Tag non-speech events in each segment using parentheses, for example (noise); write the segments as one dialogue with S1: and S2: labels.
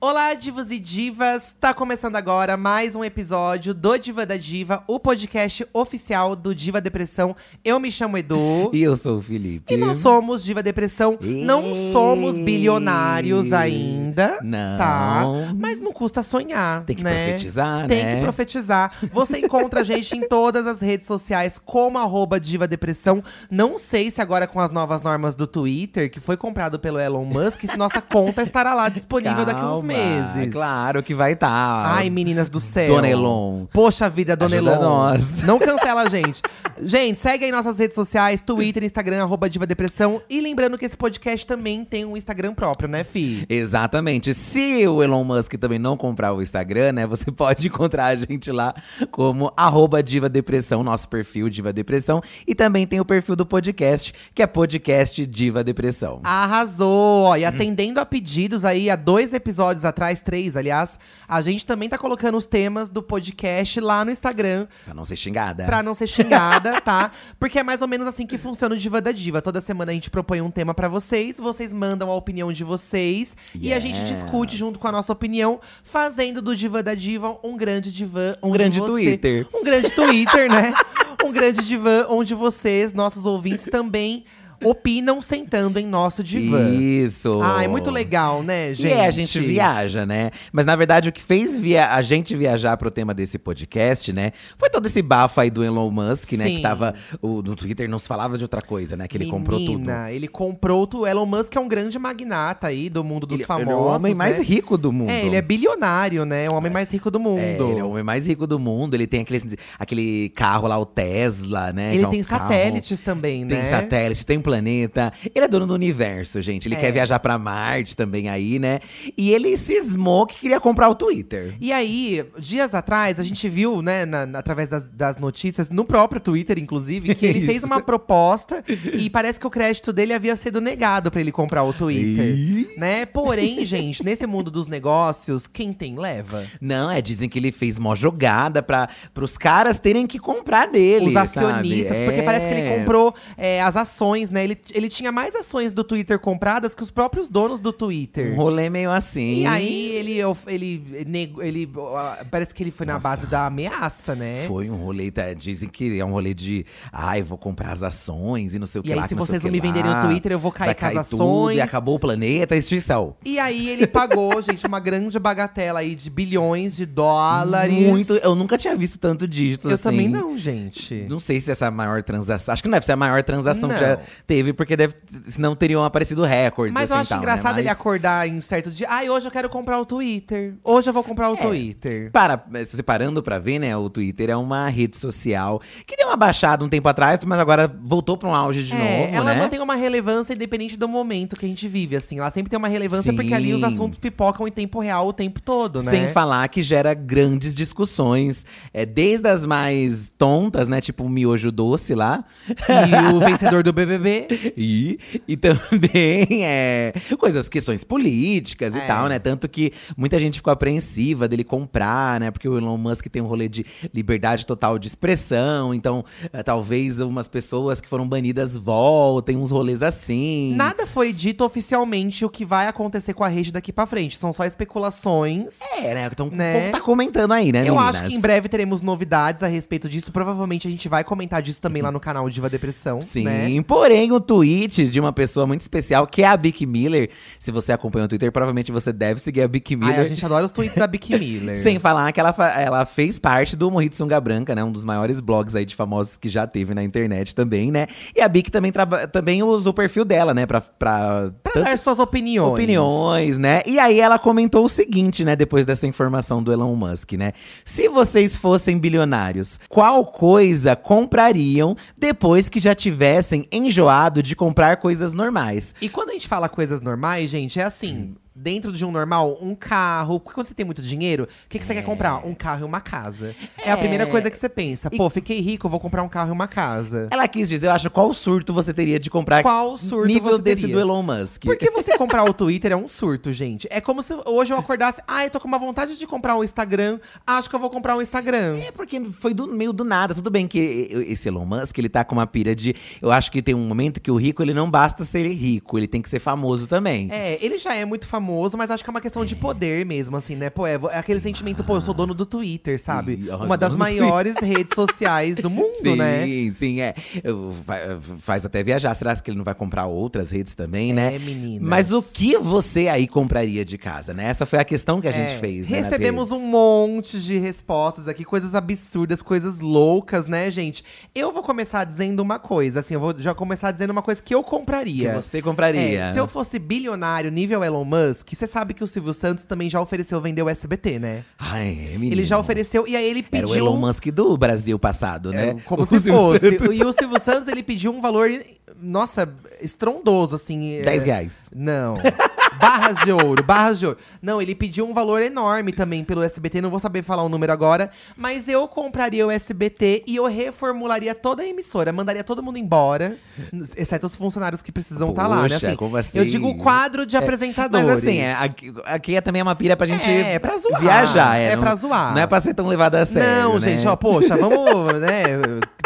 S1: Olá, divos e divas! Tá começando agora mais um episódio do Diva da Diva, o podcast oficial do Diva Depressão. Eu me chamo Edu.
S2: E eu sou o Felipe.
S1: Tipo, E não somos Diva Depressão, não
S2: Ei.
S1: somos bilionários ainda.
S2: Não.
S1: Tá? Mas não custa sonhar.
S2: Tem que
S1: né?
S2: profetizar,
S1: Tem
S2: né?
S1: que profetizar. Você encontra a gente em todas as redes sociais, como arroba Diva Depressão. Não sei se agora com as novas normas do Twitter, que foi comprado pelo Elon Musk, se nossa conta estará lá disponível daqui a uns
S2: Calma,
S1: meses.
S2: Claro que vai tá. estar.
S1: Ai, meninas do céu.
S2: Dona Elon.
S1: Poxa vida, Dona
S2: Ajuda
S1: Elon.
S2: nós.
S1: Não cancela a gente. gente, segue aí nossas redes sociais, Twitter, Instagram, arroba Diva Depressão. E lembrando que esse podcast também tem um Instagram próprio, né, Fi?
S2: Exatamente. Se o Elon Musk também não comprar o Instagram, né? Você (laughs) pode encontrar a gente lá como arroba Diva Depressão, nosso perfil Diva Depressão. E também tem o perfil do podcast, que é podcast Diva Depressão.
S1: Ah, Arrasou!
S2: Uhum.
S1: Ó, e atendendo a pedidos aí, há dois episódios atrás, três, aliás, a gente também tá colocando os temas do podcast lá no Instagram.
S2: Pra não ser xingada.
S1: Pra não ser
S2: (laughs)
S1: xingada, tá? Porque é mais ou menos assim que funciona o Diva da Diva. Toda semana a gente propõe um tema pra vocês, vocês mandam a opinião de vocês e a gente
S2: Yes.
S1: discute junto com a nossa opinião, fazendo do Diva da Diva um grande divã,
S2: Um
S1: onde
S2: grande
S1: você-
S2: Twitter.
S1: um grande Twitter,
S2: (laughs)
S1: né? Um grande divã onde vocês, nossos ouvintes, também opinam sentando em nosso divã.
S2: Isso.
S1: Ai, muito legal, né, gente?
S2: E é, a gente viaja, né? Mas na verdade, o que fez via a gente viajar pro tema desse podcast, né? Foi todo esse bafo aí do Elon Musk, né?
S1: Sim.
S2: Que tava. O, no Twitter não se falava de outra coisa, né? Que ele comprou tudo.
S1: Menina, Ele comprou tudo. Elon Musk é um grande magnata aí do mundo dos
S2: Ele-
S1: famosos.
S2: ele é o homem
S1: né?
S2: mais rico do mundo.
S1: É, ele é bilionário, né? O homem mais rico do mundo.
S2: É, ele é o homem mais rico do mundo. Ele tem aquele, aquele carro lá, o Tesla, né?
S1: Ele
S2: que é um
S1: tem
S2: carro-
S1: satélites também, né?
S2: Tem satélite, tem um planeta. Ele é dono do universo, gente. Ele
S1: É.
S2: quer viajar pra Marte também aí, né? E ele cismou que queria comprar o Twitter.
S1: E aí, dias atrás, a gente viu, né, na- na- através das, das notícias, no próprio Twitter, inclusive,
S2: (laughs)
S1: que ele
S2: É Isso.
S1: fez uma proposta e parece que o crédito dele havia sido negado pra ele comprar o Twitter.
S2: Ih.
S1: Né? Porém, gente, nesse mundo dos negócios, quem tem leva.
S2: Não, é, dizem que ele fez mó jogada para os caras terem que comprar dele.
S1: Os acionistas,
S2: sabe?
S1: porque
S2: É.
S1: parece que ele comprou é, as ações, né? Ele, ele tinha mais ações do Twitter compradas que os próprios donos do Twitter.
S2: Um rolê meio assim.
S1: E aí ele, of- ele, nego- ele, ah, parece que ele foi na base da ameaça, né?
S2: Foi um rolê, tá? dizem que é um rolê de. Ai, vou comprar as ações e não sei o que
S1: E aí,
S2: lá.
S1: se
S2: que sei
S1: vocês
S2: o
S1: não
S2: que
S1: me venderem
S2: lá.
S1: o Twitter, eu vou cair
S2: Vai
S1: com as
S2: cair Tudo,
S1: ações.
S2: e acabou o planeta, extinção.
S1: E aí ele pagou, (laughs) gente, uma grande bagatela aí de bilhões de dólares.
S2: Muito. Eu nunca tinha visto tanto dígito
S1: Eu
S2: assim.
S1: também não, gente.
S2: Não sei se essa é a maior transação. Acho que não deve ser a maior transação
S1: Não.
S2: que já teve, porque deve, senão teriam aparecido recordes.
S1: Mas eu
S2: assim,
S1: acho
S2: tal, né?
S1: engraçado ele
S2: Mas-
S1: acordar em certo dia. Ai, hoje eu quero comprar o Twitter. Hoje eu vou comprar o
S2: É.
S1: Twitter.
S2: Para, se você parando pra ver, né, o Twitter é uma rede social que deu uma baixada um tempo atrás, mas agora voltou pra um auge de
S1: É,
S2: novo,
S1: ela
S2: né?
S1: mantém uma relevância independente do momento que a gente vive, assim. Ela sempre tem uma relevância porque ali os
S2: Sim.
S1: assuntos pipocam em tempo real o tempo todo, né?
S2: Sem falar que gera grandes discussões, é, desde as mais tontas, né, tipo o miojo doce lá,
S1: E o vencedor do
S2: (laughs)
S1: BBB.
S2: e, e também (laughs) é, coisas, questões políticas
S1: É.
S2: e tal, né? Tanto que muita gente ficou apreensiva dele comprar, né? Porque o Elon Musk tem um rolê de liberdade total de expressão, então eh, talvez umas pessoas que foram banidas voltem, uns rolês assim.
S1: Nada foi dito oficialmente o que vai acontecer com a rede daqui pra frente. São só especulações.
S2: É, né? Então
S1: Né?
S2: o povo tá comentando aí, né,
S1: Eu acho
S2: meninas?
S1: que em breve teremos novidades a respeito disso. Provavelmente a gente vai comentar disso também lá no canal Diva Depressão.
S2: Sim,
S1: Né?
S2: porém o tweet de uma pessoa muito especial, que é a Bic Miller. Se você acompanha o Twitter, provavelmente você deve seguir a Bic Miller.
S1: Ai, a gente adora os tweets da Bic Miller.
S2: Sem falar que ela, fa- ela fez parte do Morri de Sunga Branca, né? Um dos maiores blogs aí de famosos que já teve na internet também, né? E a Bic também, traba- também usa o perfil dela, né? Pra, pra,
S1: Pra
S2: tanto-
S1: dar suas opiniões.
S2: opiniões, né? E aí ela comentou o seguinte, né? Depois dessa informação do Elon Musk, né? Se vocês fossem bilionários, qual coisa comprariam depois que já tivessem enjoado de comprar coisas normais?
S1: E quando a gente fala coisas normais, gente, é
S2: Hum.
S1: assim. Dentro de um normal, um carro. Porque quando você tem muito dinheiro, o que, que
S2: É.
S1: você quer comprar? Um carro e uma casa. É, a primeira coisa que você pensa. Pô, fiquei rico, vou comprar um carro e uma casa.
S2: Ela quis dizer, eu acho, qual surto você teria de comprar
S1: Qual surto
S2: nível
S1: você
S2: desse
S1: teria?
S2: do Elon Musk?
S1: Porque você comprar o Twitter é um surto, gente. É como se hoje eu acordasse. Ah, eu tô com uma vontade de comprar um Instagram. Acho que eu vou comprar um Instagram.
S2: É porque foi do meio do nada. Tudo bem que esse Elon Musk, ele tá com uma pira de. Eu acho que tem um momento que o rico, ele não basta ser rico, ele tem que ser famoso também.
S1: É, ele já é muito famoso, mas acho que é uma questão de poder mesmo, assim, né? Pô, é, é aquele sentimento, pô, eu sou dono do Twitter, sabe?
S2: Ih, ó,
S1: uma das
S2: dono do
S1: maiores redes sociais
S2: (laughs)
S1: do mundo,
S2: Sim,
S1: né?
S2: sim, é. Eu- fa- Faz até viajar. Será que ele não vai comprar outras redes também, né?
S1: É, meninas.
S2: Mas o que você aí compraria de casa, né? Essa foi a questão que a gente
S1: É,
S2: fez. né, nas
S1: Recebemos
S2: redes.
S1: um monte de respostas aqui, coisas absurdas, coisas loucas, né, gente? Eu vou começar dizendo uma coisa, assim, eu vou já começar dizendo uma coisa que eu
S2: que
S1: compraria.
S2: você compraria.
S1: É, se eu fosse bilionário nível Elon Musk, você sabe que o Silvio Santos também já ofereceu vender o SBT, né?
S2: Ai, menino.
S1: Ele já ofereceu e aí ele
S2: Era
S1: pediu.
S2: o Elon Musk do Brasil passado,
S1: É,
S2: né?
S1: Como
S2: (laughs) O
S1: se
S2: Silvio
S1: fosse.
S2: Santos.
S1: E o Silvio Santos, ele pediu um valor, nossa, estrondoso, assim.
S2: 10
S1: é,
S2: reais.
S1: Não. Barras de ouro, barras de ouro. Não, ele pediu um valor enorme também pelo SBT, não vou saber falar o número agora. Mas eu compraria o SBT e eu reformularia toda a emissora, mandaria todo mundo embora, n- exceto os funcionários que precisam estar lá, né?
S2: Poxa, como assim?
S1: Eu digo o quadro de apresentadores.
S2: Mas assim, é, aqui, aqui é também uma pira pra gente
S1: É, pra zoar.
S2: viajar. É,
S1: É
S2: não,
S1: pra zoar.
S2: Não é pra ser tão levado a sério,
S1: Não,
S2: né?
S1: gente, ó, poxa, vamos, né?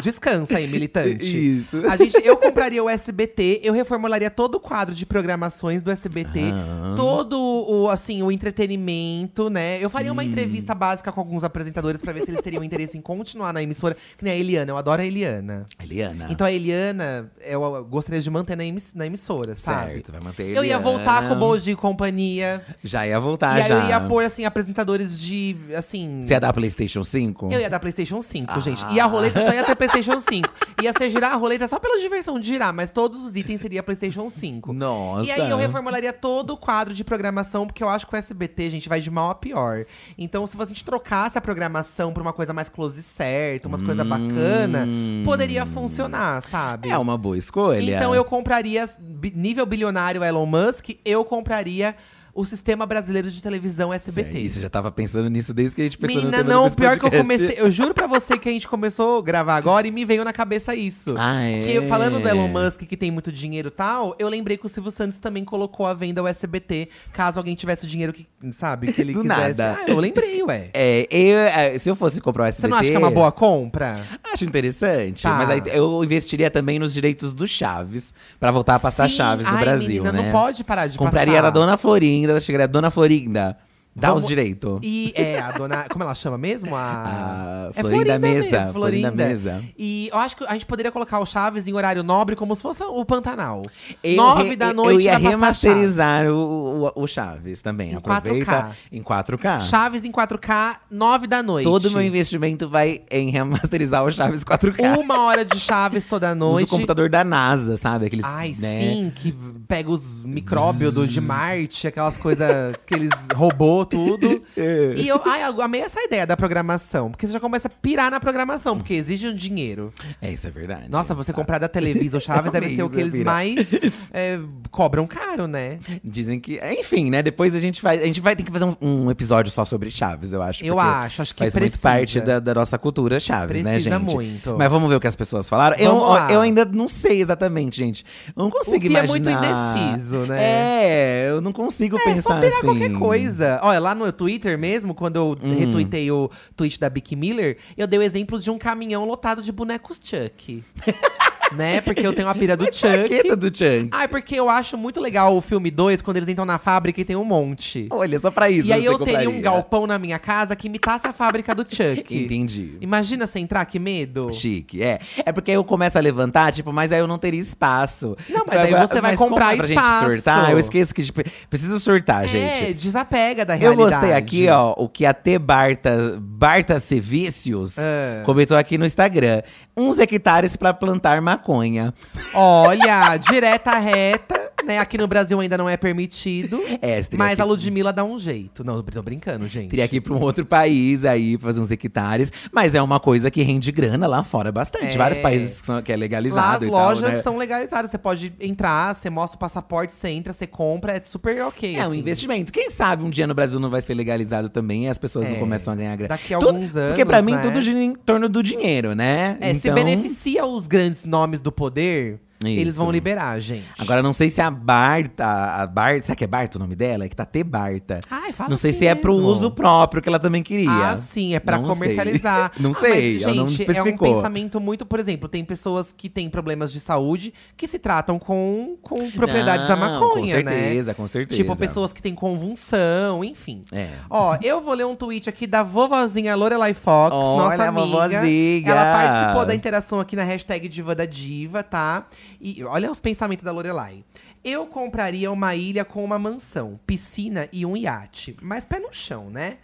S1: Descansa aí, militante.
S2: (laughs) Isso.
S1: A gente, eu compraria o SBT, eu reformularia todo o quadro de programações do SBT,
S2: Ah.
S1: todo o assim o entretenimento, né? Eu faria uma entrevista
S2: Hum.
S1: básica com alguns apresentadores pra ver se eles teriam interesse em continuar na emissora. Que nem a Eliana, eu adoro a Eliana.
S2: Eliana.
S1: Então a Eliana, eu, eu gostaria de manter na, emiss- na emissora, sabe?
S2: certo, vai manter
S1: Eu ia
S2: Eliana.
S1: voltar com o Bolde e companhia.
S2: Já ia voltar,
S1: e aí
S2: já.
S1: eu ia pôr, assim, apresentadores de. assim.
S2: Você ia dar PlayStation 5?
S1: Eu ia dar PlayStation 5,
S2: Ah.
S1: gente. E a roleta só ia ter PlayStation 5. Ia ser girar a roleta só pela diversão de girar, mas todos os itens seria PlayStation 5.
S2: Nossa.
S1: E aí eu reformularia todo o quadro de programação, porque eu acho que o SBT, gente, vai de mal a pior. Então, se a gente trocasse a programação pra uma coisa mais close certo, umas coisas bacana, poderia funcionar, sabe?
S2: Hum. É uma boa escolha.
S1: Então eu compraria, bi- nível bilionário Elon Musk, eu compraria o Sistema Brasileiro de Televisão SBT.
S2: Certo, e Você já tava pensando nisso desde que a gente pensou no
S1: Menina,
S2: tema do
S1: não,
S2: desse
S1: pior que eu
S2: podcast.
S1: comecei. Eu juro pra você que a gente começou a gravar agora e me veio na cabeça isso.
S2: Ah, é?
S1: Que falando do Elon Musk que tem muito dinheiro e tal, eu lembrei que o Silvio Santos também colocou à venda o SBT, caso alguém tivesse o dinheiro que, sabe, que ele
S2: (laughs) Do
S1: quisesse.
S2: nada.
S1: Ah, eu lembrei, ué.
S2: É, eu, é, se eu fosse comprar o SBT…
S1: Você não acha que é uma boa compra?
S2: Acho interessante,
S1: Tá.
S2: mas aí eu investiria também nos direitos do Chaves pra voltar a passar
S1: Sim.
S2: Chaves no
S1: Ai,
S2: Brasil,
S1: menina, Não
S2: né?
S1: pode parar de
S2: Compraria
S1: passar.
S2: da Dona Florinda, chegaria Dona Florinda, dá
S1: Vamos-
S2: os direitos.
S1: E é, a dona. Como ela chama mesmo? A.
S2: (laughs) A Florinda Mesa,
S1: mesmo,
S2: Florinda
S1: Florinda.
S2: Mesa.
S1: E eu acho que a gente poderia colocar o Chaves em horário nobre como se fosse o Pantanal.
S2: Eu
S1: Nove
S2: re-
S1: da noite
S2: Eu ia
S1: vai passar Chaves.
S2: remasterizar o, o, o Chaves também.
S1: Em
S2: Aproveita
S1: 4K.
S2: em 4K.
S1: Chaves em 4K, 9 da noite.
S2: Todo o meu investimento vai em remasterizar o Chaves 4K.
S1: Uma hora de Chaves toda
S2: Usa o
S1: noite.
S2: computador da NASA, sabe? Aqueles,
S1: Ai,
S2: né?
S1: sim, que pega os micróbios do- de Marte, aquelas coisas que eles roubou
S2: (laughs)
S1: tudo.
S2: É.
S1: e eu, ai, eu amei essa ideia da programação, porque você já começa a pirar na programação, porque exige um dinheiro.
S2: É, isso é verdade.
S1: Nossa, você comprar da Televisa
S2: (laughs) É
S1: ou Chaves deve ser o que eles
S2: Pira.
S1: mais é, cobram caro, né?
S2: Dizem que. Enfim, né? Depois a gente vai. A gente vai ter que fazer um, um episódio só sobre Chaves, eu acho.
S1: Eu
S2: porque
S1: acho, acho que
S2: faz muito
S1: precisa.
S2: parte da, da nossa cultura Chaves, né, gente?
S1: Precisa muito.
S2: Mas vamos ver o que as pessoas falaram. Eu,
S1: Vamos lá.
S2: eu ainda não sei exatamente, gente. Eu não consigo
S1: O Vi é muito
S2: imaginar.
S1: indeciso, né?
S2: É, eu não consigo
S1: É
S2: pensar
S1: só pirar
S2: assim.
S1: qualquer coisa. Olha, lá no Twitter mesmo, quando eu retuitei o tweet da Bic Miller, eu dei o exemplo de um caminhão lotado de bonecos Chuck. (laughs) né? Porque eu tenho a pira do Chuck.
S2: Chaqueta do Chunk.
S1: Ah, é porque eu acho muito legal o filme 2, quando eles entram na fábrica e tem um monte.
S2: Olha, só pra isso.
S1: e aí
S2: você
S1: eu teria um
S2: compraria.
S1: galpão na minha casa que imitasse a fábrica
S2: (laughs)
S1: do Chuck.
S2: Entendi.
S1: Imagina você entrar, que medo.
S2: Chique, é. É porque aí eu começo a levantar, tipo, mas aí eu não teria espaço.
S1: Não, mas aí você vai
S2: mas
S1: comprar
S2: como é pra
S1: espaço.
S2: gente sortar. Eu esqueço que tipo, preciso sortar,
S1: É,
S2: gente.
S1: desapega da
S2: Eu
S1: realidade.
S2: gostei aqui, ó, o que a T Barta, Barta Sevicius
S1: Ah.
S2: comentou aqui no Instagram. Uns hectares pra plantar maconha.
S1: Olha, direta reta, né? Aqui no Brasil ainda não é permitido.
S2: É, você teria
S1: mas
S2: que-
S1: a Ludmilla dá um jeito. Não, tô brincando, gente.
S2: Teria que ir pra um outro país aí, fazer uns hectares. Mas é uma coisa que rende grana lá fora bastante.
S1: É.
S2: Vários países que, são, que é
S1: Lá
S2: legalizado
S1: as
S2: e tal,
S1: lojas
S2: né?
S1: são legalizadas. Você pode entrar, você mostra o passaporte, você entra, você compra. É super ok,
S2: É um
S1: assim.
S2: investimento. Quem sabe um dia no Brasil não vai ser legalizado também e as pessoas não
S1: É.
S2: começam a ganhar grana.
S1: Daqui a
S2: Tudo-
S1: alguns
S2: Porque pra
S1: anos,
S2: mim
S1: né?
S2: tudo gira em torno do dinheiro, né?
S1: É, se beneficia os grandes nomes do poder… Eles
S2: Isso.
S1: vão liberar, gente.
S2: Agora, não sei se a Barta, a Barta, será que é Barta o nome dela? É que tá T Barta.
S1: Ai, fala
S2: não sei
S1: assim
S2: se é pro
S1: mesmo.
S2: uso próprio que ela também queria.
S1: Ah, sim, é pra
S2: Não sei.
S1: comercializar.
S2: (laughs) Não
S1: Ah,
S2: sei,
S1: mas,
S2: ela não
S1: gente, É
S2: especificou.
S1: um pensamento muito, por exemplo, tem pessoas que têm problemas de saúde que se tratam com, com propriedades da
S2: Não,
S1: maconha,
S2: Com
S1: né?
S2: certeza, com certeza.
S1: Tipo, pessoas que têm convulsão, enfim.
S2: É.
S1: Ó, eu vou ler um tweet aqui da vovozinha Lorelai Fox,
S2: Olha,
S1: nossa
S2: a
S1: amiga.
S2: vovozinha.
S1: Ela participou da interação aqui na hashtag Diva da Diva, tá? E olha os pensamentos da Lorelai. Eu compraria uma ilha com uma mansão, piscina e um iate. Mas pé no chão, né?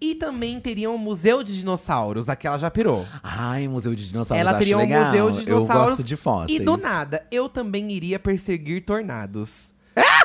S1: E também teria um museu de dinossauros, aquela já pirou.
S2: Ai, museu de dinossauros.
S1: Ela
S2: acho
S1: teria um
S2: legal.
S1: museu de
S2: Eu
S1: dinossauros
S2: gosto de é fósseis.
S1: E do nada, eu também iria perseguir tornados. (laughs)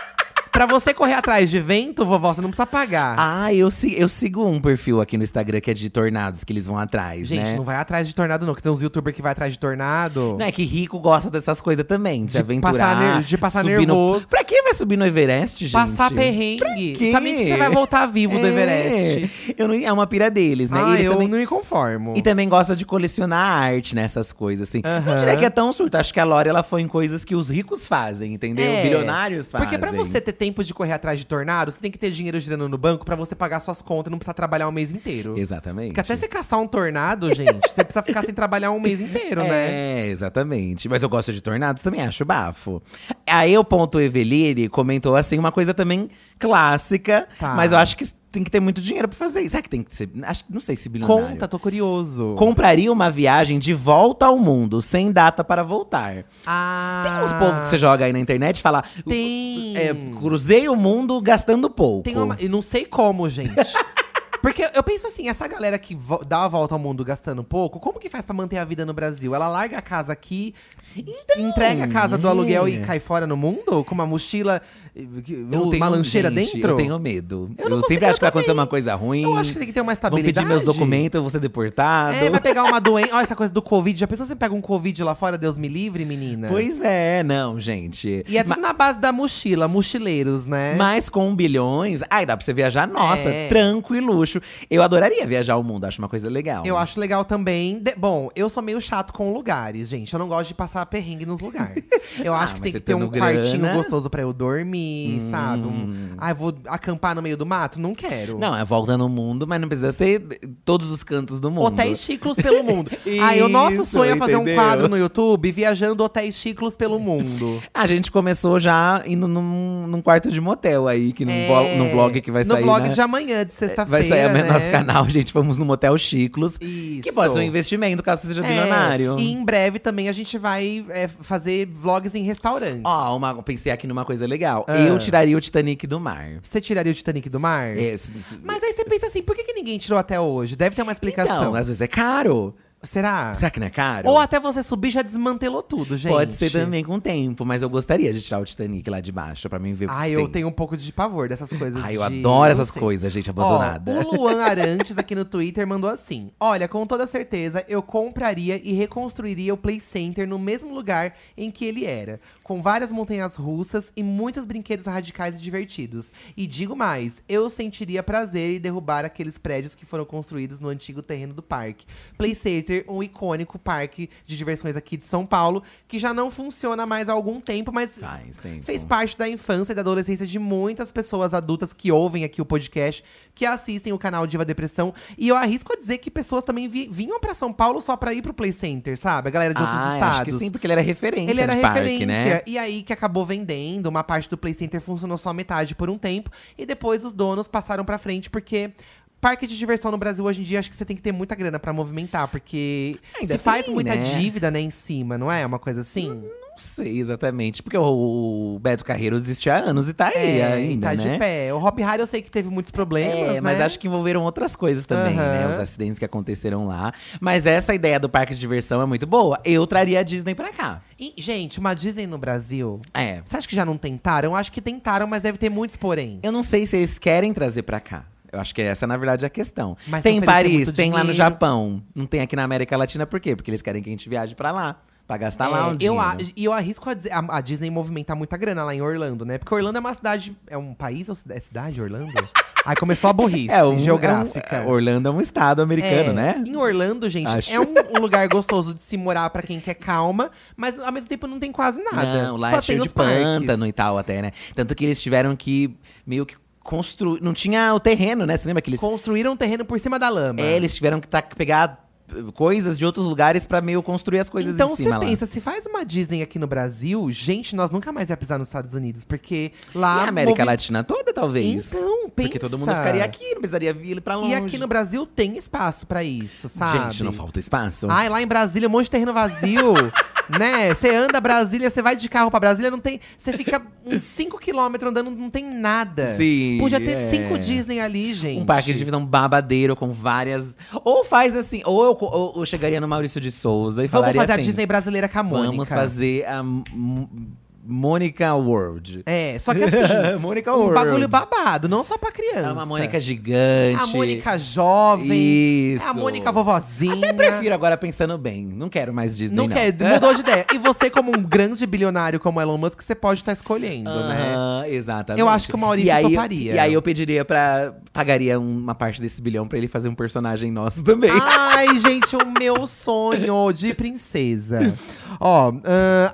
S1: pra você correr atrás de vento, vovó, você não precisa pagar.
S2: Ah, eu, si- eu sigo um perfil aqui no Instagram que é de tornados, que eles vão atrás,
S1: Gente,
S2: né?
S1: não vai atrás de tornado, não. Que tem uns youtubers que vai atrás de tornado.
S2: Não, é que rico gosta dessas coisas também, de, se
S1: De
S2: aventurar.
S1: passar ner- de passar
S2: subir no-
S1: nervoso.
S2: Pra quem vai subir no Everest, gente?
S1: Passar
S2: quê?
S1: perrengue. Sabe que você vai voltar vivo do
S2: É.
S1: Everest.
S2: Eu não, é uma pira deles, né? e
S1: Ah,
S2: eles
S1: eu
S2: também Então,
S1: não me conformo.
S2: E também gosta de colecionar arte, né? Essas coisas, assim. Não
S1: Aham.
S2: diria que é tão surto. Acho que a Lore, ela foi em coisas que os ricos fazem, entendeu?
S1: É.
S2: Bilionários fazem.
S1: Porque pra você ter tempo de correr atrás de tornado, você tem que ter dinheiro girando no banco pra você pagar suas contas e não precisar trabalhar um mês inteiro.
S2: Exatamente.
S1: Porque até você caçar um tornado, gente, você precisa ficar sem trabalhar um mês inteiro, né?
S2: (laughs) É, exatamente. Mas eu gosto de tornados também, acho bafo. A Eu.Evelire comentou assim uma coisa também clássica,
S1: Tá.
S2: mas eu acho que tem que ter muito dinheiro pra fazer. Será que tem que ser. Acho, não sei se bilionário.
S1: Conta, tô curioso.
S2: Compraria uma viagem de volta ao mundo, sem data para voltar.
S1: Ah,
S2: Tem uns povos que você joga aí na internet e fala.
S1: Tem.
S2: é, cruzei o mundo gastando pouco.
S1: Tem uma. Eu não sei como, gente.
S2: (laughs)
S1: Porque eu penso assim, essa galera que vo- dá a volta ao mundo gastando pouco, como que faz pra manter a vida no Brasil? Ela larga a casa aqui, entrega a casa do
S2: é.
S1: aluguel e cai fora no mundo? Com uma mochila, eh, que-
S2: Eu tenho-
S1: uma lancheira
S2: gente,
S1: dentro?
S2: Eu tenho medo. Eu,
S1: Eu não consigo-
S2: sempre acho
S1: eu
S2: que vai acontecer
S1: também.
S2: uma coisa ruim.
S1: Eu acho que tem que ter uma
S2: Vão
S1: estabilidade.
S2: pedir meus documentos, eu vou ser deportado.
S1: É, vai pegar uma doença. Olha essa coisa do Covid. Já pensou se você pega um Covid lá fora, Deus me livre, menina?
S2: Pois é, não, gente.
S1: né? E é tudo na base da mochila, mochileiros, né?
S2: Mas com bilhões, ai, dá pra você viajar, nossa,
S1: É.
S2: tranco e luxo. Eu adoraria viajar o mundo, acho uma coisa legal.
S1: Eu acho legal também. de- bom, eu sou meio chato com lugares, gente. Eu não gosto de passar perrengue nos
S2: (laughs)
S1: lugares. Eu
S2: Ah,
S1: acho que tem
S2: mas você
S1: que ter um
S2: tendo grana. Hum.
S1: quartinho gostoso pra eu dormir, sabe? Um, ah, eu vou acampar no meio do mato? Não quero.
S2: Não, é volta no mundo, mas não precisa ser todos os cantos do mundo.
S1: Hotéis ciclos pelo
S2: (laughs)
S1: mundo. ah, e o nosso
S2: Isso,
S1: sonho é fazer um
S2: entendeu?
S1: quadro no YouTube viajando hotéis ciclos pelo mundo.
S2: A gente começou já indo num, num quarto de motel aí, que (laughs) num, vo- num vlog que vai
S1: É. no
S2: sair.
S1: No vlog
S2: né?
S1: de amanhã, de sexta-feira.
S2: Vai sair
S1: né?
S2: no nosso canal, gente. Vamos no motel Chiclos.
S1: Isso.
S2: Que pode ser um investimento, caso você seja
S1: É,
S2: bilionário.
S1: E em breve também a gente vai é, fazer vlogs em restaurantes.
S2: Ó, uma, pensei aqui numa coisa legal.
S1: Ah.
S2: Eu tiraria o Titanic do mar.
S1: Você tiraria o Titanic do mar?
S2: É, se- se-
S1: Mas aí você pensa assim, por que, que ninguém tirou até hoje? Deve ter uma explicação.
S2: Então, às vezes é caro.
S1: Será?
S2: Será que não é caro?
S1: Ou até você subir já desmantelou tudo, gente.
S2: Pode ser também com o tempo, mas eu gostaria de tirar o Titanic lá de baixo pra mim ver o que
S1: Ah,
S2: tem.
S1: eu tenho um pouco de pavor dessas coisas.
S2: Ai,
S1: de-
S2: eu adoro
S1: não
S2: essas
S1: sei.
S2: coisas, gente,
S1: Ó,
S2: abandonada.
S1: o Luan Arantes aqui no Twitter mandou assim: Olha, com toda certeza eu compraria e reconstruiria o Play Center no mesmo lugar em que ele era, com várias montanhas russas e muitos brinquedos radicais e divertidos. E digo mais, eu sentiria prazer em derrubar aqueles prédios que foram construídos no antigo terreno do parque. Play Center, um icônico parque de diversões aqui de São Paulo, que já não funciona mais há algum tempo, mas
S2: Faz tempo.
S1: Fez parte da infância e da adolescência de muitas pessoas adultas que ouvem aqui o podcast, que assistem o canal Diva Depressão. E eu arrisco a dizer que pessoas também vi- vinham pra São Paulo só pra ir pro Play Center, sabe? A galera de outros
S2: ah,
S1: estados.
S2: acho que sim, porque ele era referência
S1: Ele era
S2: de parque,
S1: referência.
S2: né?
S1: E aí que acabou vendendo, uma parte do Play Center funcionou só a metade por um tempo. E depois os donos passaram pra frente, porque. Parque de diversão no Brasil hoje em dia, acho que você tem que ter muita grana pra movimentar, porque se
S2: Ainda
S1: faz
S2: tem,
S1: muita
S2: né?
S1: dívida, né, em cima, não é? Uma coisa assim.
S2: Não sei exatamente, porque o Beto Carreiro existe há anos e tá aí
S1: É, e
S2: ainda,
S1: tá
S2: né?
S1: de pé. O Hop Hari eu sei que teve muitos problemas,
S2: É,
S1: né?
S2: mas acho que envolveram outras coisas também,
S1: Aham.
S2: né? Os acidentes que aconteceram lá. Mas essa ideia do parque de diversão é muito boa. Eu traria a Disney pra cá.
S1: E, gente, uma Disney no Brasil…
S2: É.
S1: Você acha que já não tentaram? Eu acho que tentaram, mas deve ter muitos porém.
S2: Eu não sei se eles querem trazer pra cá. Eu acho que essa, na verdade, é a questão.
S1: Mas
S2: tem em
S1: oferecer
S2: Paris,
S1: muito
S2: tem lá no
S1: dinheiro.
S2: Japão. Não tem aqui na América Latina, por quê? Porque eles querem que a gente viaje pra lá. Pra gastar lá um
S1: É, eu
S2: dinheiro.
S1: a- E eu arrisco a dizer, a, a
S2: (laughs)
S1: Disney movimentar muita grana lá em Orlando, né? Porque Orlando é uma cidade… É um país ou cida- é cidade, Orlando? Aí começou a burrice
S2: É um,
S1: geográfica.
S2: é um- Orlando é um estado americano,
S1: É,
S2: né?
S1: Em Orlando, gente,
S2: Acho.
S1: é um, um lugar gostoso de se morar pra quem quer calma, mas ao mesmo tempo não tem quase nada.
S2: Não, lá
S1: Só
S2: é cheio
S1: tem
S2: de
S1: os parques.
S2: pântano e tal, até, né? Tanto que eles tiveram que meio que construir. Não tinha o terreno, né? Você lembra que eles.
S1: Construíram um terreno por cima da lama.
S2: É, eles tiveram que tá, pegar eh, coisas de outros lugares pra meio construir as coisas
S1: então
S2: em
S1: você
S2: cima lá.
S1: pensa, se faz uma Disney aqui no Brasil, gente, nós nunca mais ia pisar nos Estados Unidos, porque
S2: E
S1: lá
S2: a América
S1: movi-
S2: Latina toda, talvez.
S1: Então,
S2: Porque todo mundo
S1: pensa.
S2: ficaria aqui, não precisaria vir pra é longe.
S1: E aqui no Brasil tem espaço pra isso, sabe?
S2: Gente, não falta espaço.
S1: Ai, lá em Brasília, um monte de terreno
S2: (laughs)
S1: vazio. né? Você anda Brasília, você vai de carro pra Brasília, não tem. Você fica uns 5km andando, não tem nada.
S2: Sim,
S1: Podia ter
S2: é.
S1: cinco Disney ali, gente.
S2: Um parque de divisão babadeiro com várias. Ou faz assim, ou eu, ou eu chegaria no Maurício de Souza e
S1: Vamos
S2: falaria
S1: fazer
S2: assim,
S1: a Disney brasileira com a Mônica.
S2: Vamos fazer a M- M- Mônica World.
S1: É, só que
S2: (laughs)
S1: assim.
S2: Mônica
S1: um
S2: World.
S1: bagulho babado, não só pra criança.
S2: É uma Mônica gigante.
S1: A Mônica jovem.
S2: Isso.
S1: É A Mônica vovozinha.
S2: Até prefiro agora pensando bem. Não quero mais Disney, não. É.
S1: Não quer, mudou de ideia. E você, como um grande bilionário como Elon Musk, você pode estar escolhendo, né?
S2: Aham, Exatamente.
S1: Eu acho que o Maurício
S2: e aí,
S1: toparia.
S2: E aí eu pediria pra. Pagaria uma parte desse bilhão pra ele fazer um personagem nosso também.
S1: Ah! Ai, gente, o meu sonho de princesa. Ó, ahn,